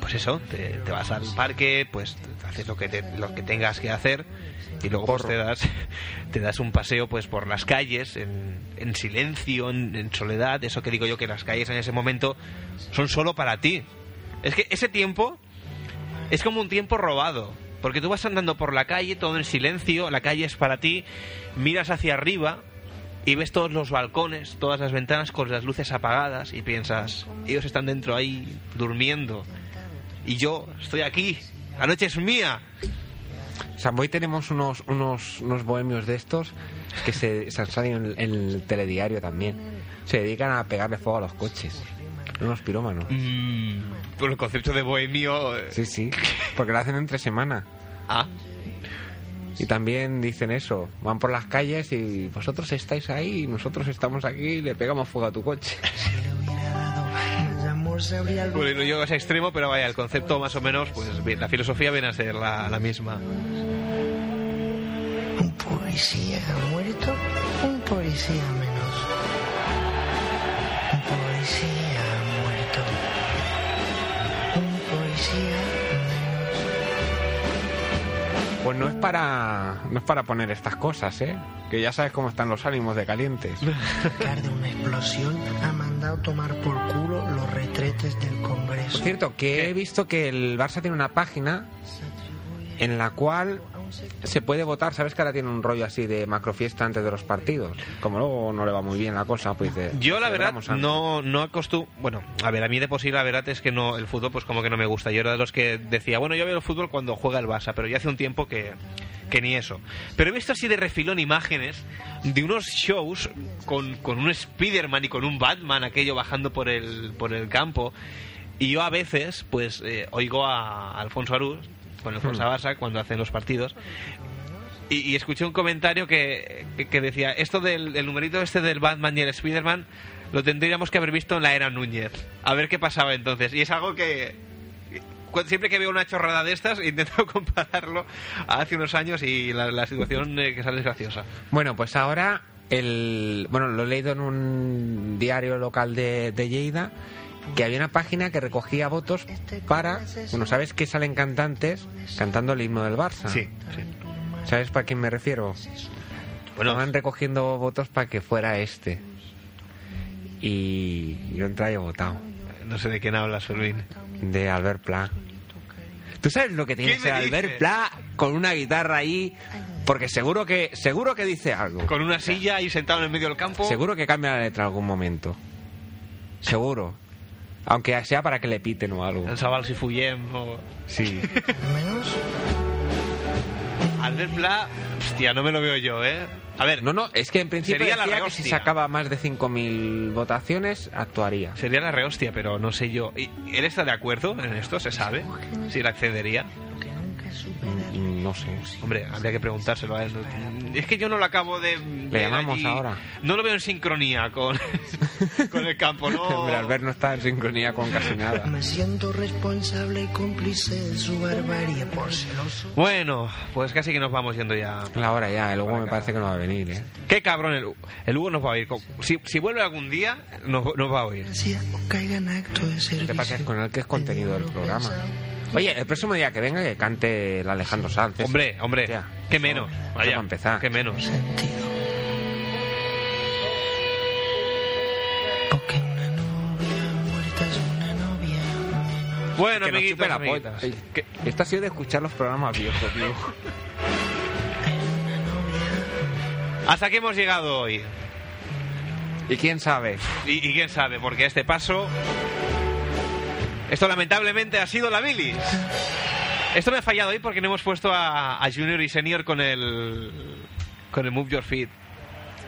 Pues eso, te, te vas al parque, pues haces lo que, te- lo que tengas que hacer y luego pues,
Porro.
te, das, te das un paseo pues por las calles en, en silencio, en, en soledad. Eso que digo yo que las calles en ese momento son solo para ti. Es que ese tiempo es como un tiempo robado. Porque tú vas andando por la calle, todo en silencio, la calle es para ti, miras hacia arriba y ves todos los balcones, todas las ventanas con las luces apagadas y piensas, ellos están dentro ahí durmiendo y yo estoy aquí, la noche es mía.
Samboy tenemos unos, unos, unos bohemios de estos que se, se han salido en, en el telediario también. Se dedican a pegarle fuego a los coches. Unos pirómanos.
Por el concepto de bohemio... eh,
Sí, sí. Porque lo hacen entre semana.
Ah,
Y también dicen eso, van por las calles y vosotros estáis ahí y nosotros estamos aquí y le pegamos fuego a tu coche.
Bueno, yo es extremo, pero vaya, el concepto más o menos, pues bien, la filosofía viene a ser la, la misma.
policía muerto, un policía menos. Un policía muerto. Un policía
Pues no es para no es para poner estas cosas, ¿eh? Que ya sabes cómo están los ánimos de calientes.
de una explosión ha mandado tomar por culo los retretes del Congreso.
Por cierto, que he visto que el Barça tiene una página en la cual se puede votar. Sabes que ahora tiene un rollo así de macrofiesta antes de los partidos. Como luego no le va muy bien la cosa, pues dice,
Yo la verdad
celebramos antes.
no, no acostumbro... Bueno, a ver, a mí de por sí la verdad es que no el fútbol pues como que no me gusta. Yo era de los que decía, bueno, yo veo el fútbol cuando juega el Barça, pero ya hace un tiempo que, que ni eso. Pero he visto así de refilón imágenes de unos shows con, con un Spiderman y con un Batman aquello bajando por el, por el campo. Y yo a veces pues eh, oigo a Alfonso Arús con el Forza
Hmm.
Barça cuando hacen los partidos y, y escuché un comentario que, que- que decía, esto del del numerito este del Batman y el Spider-Man lo tendríamos que haber visto en la era Núñez. A ver qué pasaba entonces. Y es algo que... cu- Siempre que veo una chorrada de estas, intento compararlo a hace unos años y la, la situación eh, que sale es graciosa.
Bueno, pues ahora el bueno, lo he leído en un diario local de, de Lleida que había una página que recogía votos para, bueno, ¿sabes que salen cantantes cantando el himno del Barça? Sí. ¿Sabes para quién me refiero? Bueno, van recogiendo votos para que fuera este. Y yo entré y he votado.
No sé de quién hablas, Fermín.
De Albert Pla. ¿Tú sabes lo que tiene
¿Qué
ese
me dices?
Albert Pla con una guitarra ahí? Porque seguro que seguro que dice algo.
Con una silla y sentado en el medio del campo.
Seguro que cambia la letra en algún momento. Seguro. Aunque sea para que le piten o algo.
El Sabal si Fuyem o...
Sí.
Albert Pla, hostia, no me lo veo yo, ¿eh? A ver...
No, no, es que en principio
Sería la
decía que si
rehostia.
sacaba más de 5.000 votaciones, actuaría.
Sería la rehostia, pero no sé yo. ¿Y ¿Él está de acuerdo en esto? ¿Se sabe? Si él accedería.
No sé.
Hombre, habría que preguntárselo a él. Es que yo no lo acabo de.
Le llamamos ahora.
No lo veo en sincronía con, con el campo, ¿no?
Pero Albert no está en sincronía con casi nada.
Me siento responsable y cómplice de su barbarie por celoso.
Bueno, pues casi que nos vamos yendo ya.
La hora ya, el Hugo me parece que no va a venir, ¿eh?
Qué cabrón el, Hugo. el Hugo nos va a oír. Si, si vuelve algún día, nos, nos va a oír.
Caiga en acto de
Te
servicio.
pasas con el que es contenido del programa. Oye, el próximo día que venga que cante el Alejandro Sanz.
Hombre, hombre, qué menos. Vaya,
empezar.
qué menos. Bueno,
Que nos
amiguitos,
chupe la
amiguitas.
polla. Oye, Esto ha sido de escuchar los programas viejos, tío.
Hasta aquí hemos llegado hoy.
¿Y quién sabe?
Y, y quién sabe, porque a este paso. Esto lamentablemente ha sido la bilis. Esto me ha fallado hoy porque no hemos puesto a, a Junior y Senior con el. con el Move Your Feet.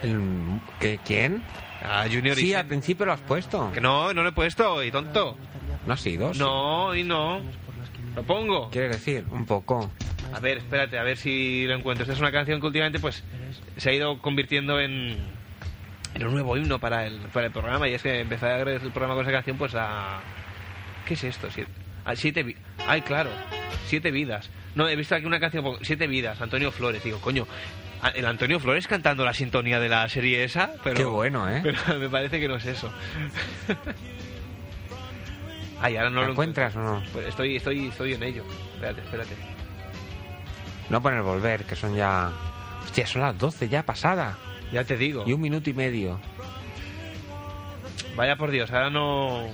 El- ¿qué- ¿Quién?
A Junior y
Sí,
Senior.
al principio lo has puesto.
Que no, no lo he puesto hoy, tonto.
¿No ha sido?
No, y no. Lo pongo.
Quiere decir, un poco.
A ver, espérate, a ver si lo encuentro. Esta es una canción que últimamente pues se ha ido convirtiendo en, en un nuevo himno para el, para el programa. Y es que empecé a agradecer el programa con esa canción pues a... ¿Qué es esto? Siete, a siete vi- Ay, claro. Siete vidas. No, he visto aquí una canción como Siete vidas, Antonio Flores. Digo, coño, a- el Antonio Flores cantando la sintonía de la serie esa. Pero,
Qué bueno, ¿eh?
Pero me parece que no es eso. Ay, ahora no
¿La
lo encuentro.
encuentras o no?
Pues estoy, estoy, estoy en ello. Espérate, espérate.
No poner volver, que son ya... Hostia, son las 12 ya pasada.
Ya te digo.
Y un minuto y medio.
Vaya por Dios, ahora no.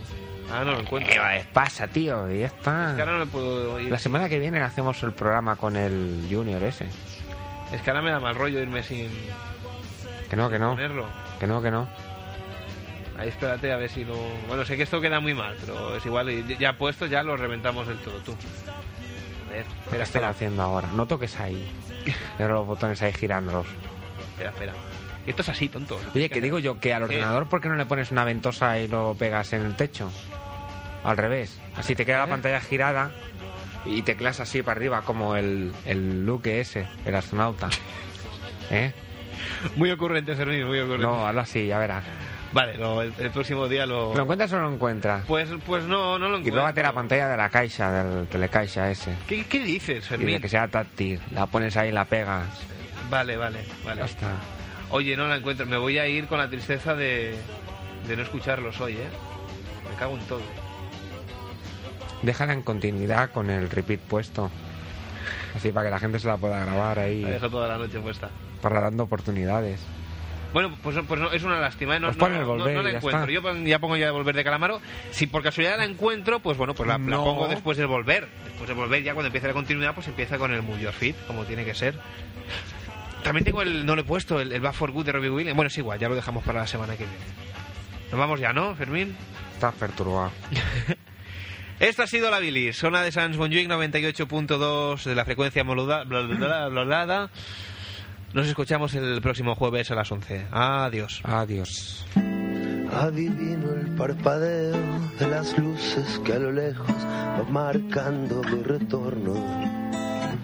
Ahora no lo encuentro.
Pasa, tío, y ya está.
Es que ahora no me puedo ir.
La semana que viene hacemos el programa con el Junior ese.
Es que ahora me da mal rollo irme sin
Que no, que no.
ponerlo.
Que no, que no.
Ahí espérate a ver si lo. Bueno, sé que esto queda muy mal, pero es igual. y Ya puesto, ya lo reventamos del todo, tú. A ver,
¿Qué
espera,
estás
espera.
haciendo ahora? No toques ahí. Pero los botones ahí girándolos.
Espera, espera. Esto es así, tonto.
Oye, que digo yo que al
Sí.
ordenador, ¿por qué no le pones una ventosa y lo pegas en el techo? Al revés. Así te queda la pantalla girada y teclas así para arriba, como el, el Luke ese, el astronauta. ¿Eh?
Muy ocurrente, Fermín, muy ocurrente.
No, hazlo así, ya verás.
Vale, lo- el, el próximo día lo...
¿Lo encuentras o no lo encuentras?
Pues, pues no, no lo
Y
encuentro.
róbate la pantalla de la caixa, del telecaixa ese.
¿Qué, qué dices,
Y de
Fermín?
que sea táctil. La pones ahí, la pegas.
Vale, vale, vale.
Ya está.
Oye, no la encuentro. Me voy a ir con la tristeza de, de no escucharlos hoy, ¿eh? Me cago en todo.
Déjala en continuidad con el repeat puesto. Así para que la gente se la pueda grabar
La
ahí.
dejo toda la noche puesta.
Para dando oportunidades.
Bueno, pues, pues no, es una lástima. ¿eh? No,
Pues
no-
pon el
no- no
volver
la
y ya
encuentro.
está.
Yo pon- ya pongo ya de volver de Calamaro. Si por casualidad la encuentro, pues bueno, pues la, la
No.
pongo después del volver. Después del volver, ya cuando empiece la continuidad, pues empieza con el Move Your Fit, como tiene que ser. También tengo el, no lo he puesto, el, el Back for Good de Robbie Williams. Bueno, es igual, ya lo dejamos para la semana que viene. Nos vamos ya, ¿no, Fermín?
Estás perturbado.
Esta ha sido la bilis, zona de Sans Bonjuic 98.2 de la frecuencia modulada. bla, bla, bla, bla, bla, bla. Nos escuchamos el próximo jueves a las 11. Adiós.
Adiós.
Adivino el parpadeo de las luces que a lo lejos van marcando mi retorno.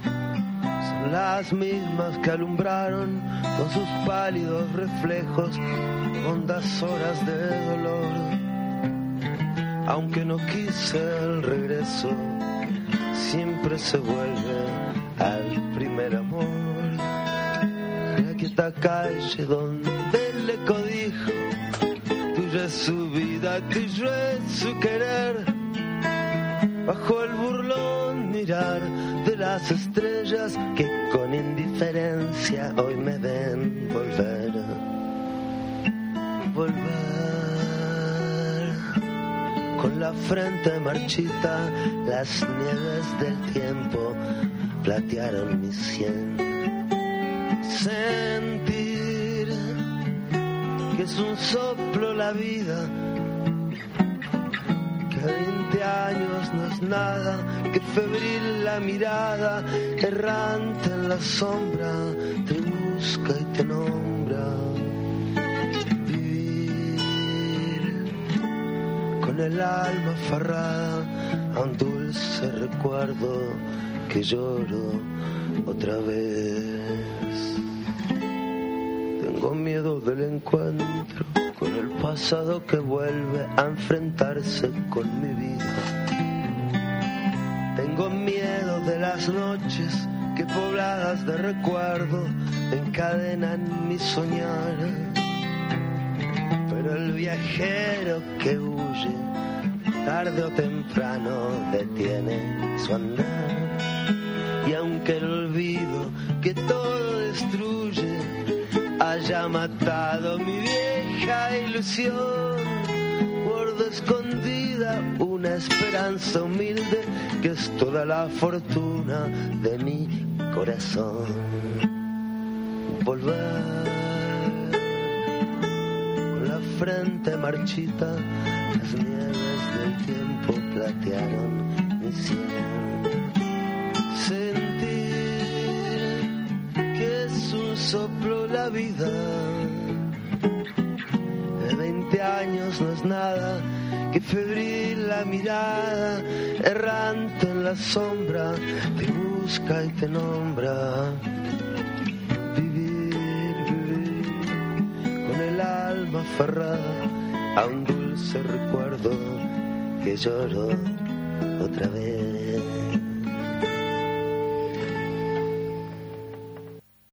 Son las mismas que alumbraron con sus pálidos reflejos hondas horas de dolor. Aunque no quise el regreso, siempre se vuelve al primer amor. Aquí esta calle donde le codijo tuya es su vida, tuyo es su querer. Bajo el burlón mirar de las estrellas que con indiferencia hoy me ven volver. Volver con la frente marchita, las nieves del tiempo platearon mi sien. Sentir que es un soplo la vida. Que 20 años no es nada, que febril la mirada, errante en la sombra, te busca y te nombra. Vivir con el alma aferrada a un dulce recuerdo que lloro otra vez. Tengo miedo del encuentro con el pasado que vuelve a enfrentarse con mi vida. Tengo miedo de las noches que pobladas de recuerdo encadenan mi soñar. Pero el viajero que huye, tarde o temprano detiene su andar. Y aunque el olvido que todo destruye haya matado mi vieja ilusión. Guardo escondida una esperanza humilde que es toda la fortuna de mi corazón. Volver con la frente marchita, las nieves del tiempo platearon mi cielo. Sentir que es un soplo la vida. De 20 años no es nada, que febril la mirada, errante en la sombra, te busca y te nombra. Vivir, vivir, con el alma aferrada a un dulce recuerdo que lloro otra vez.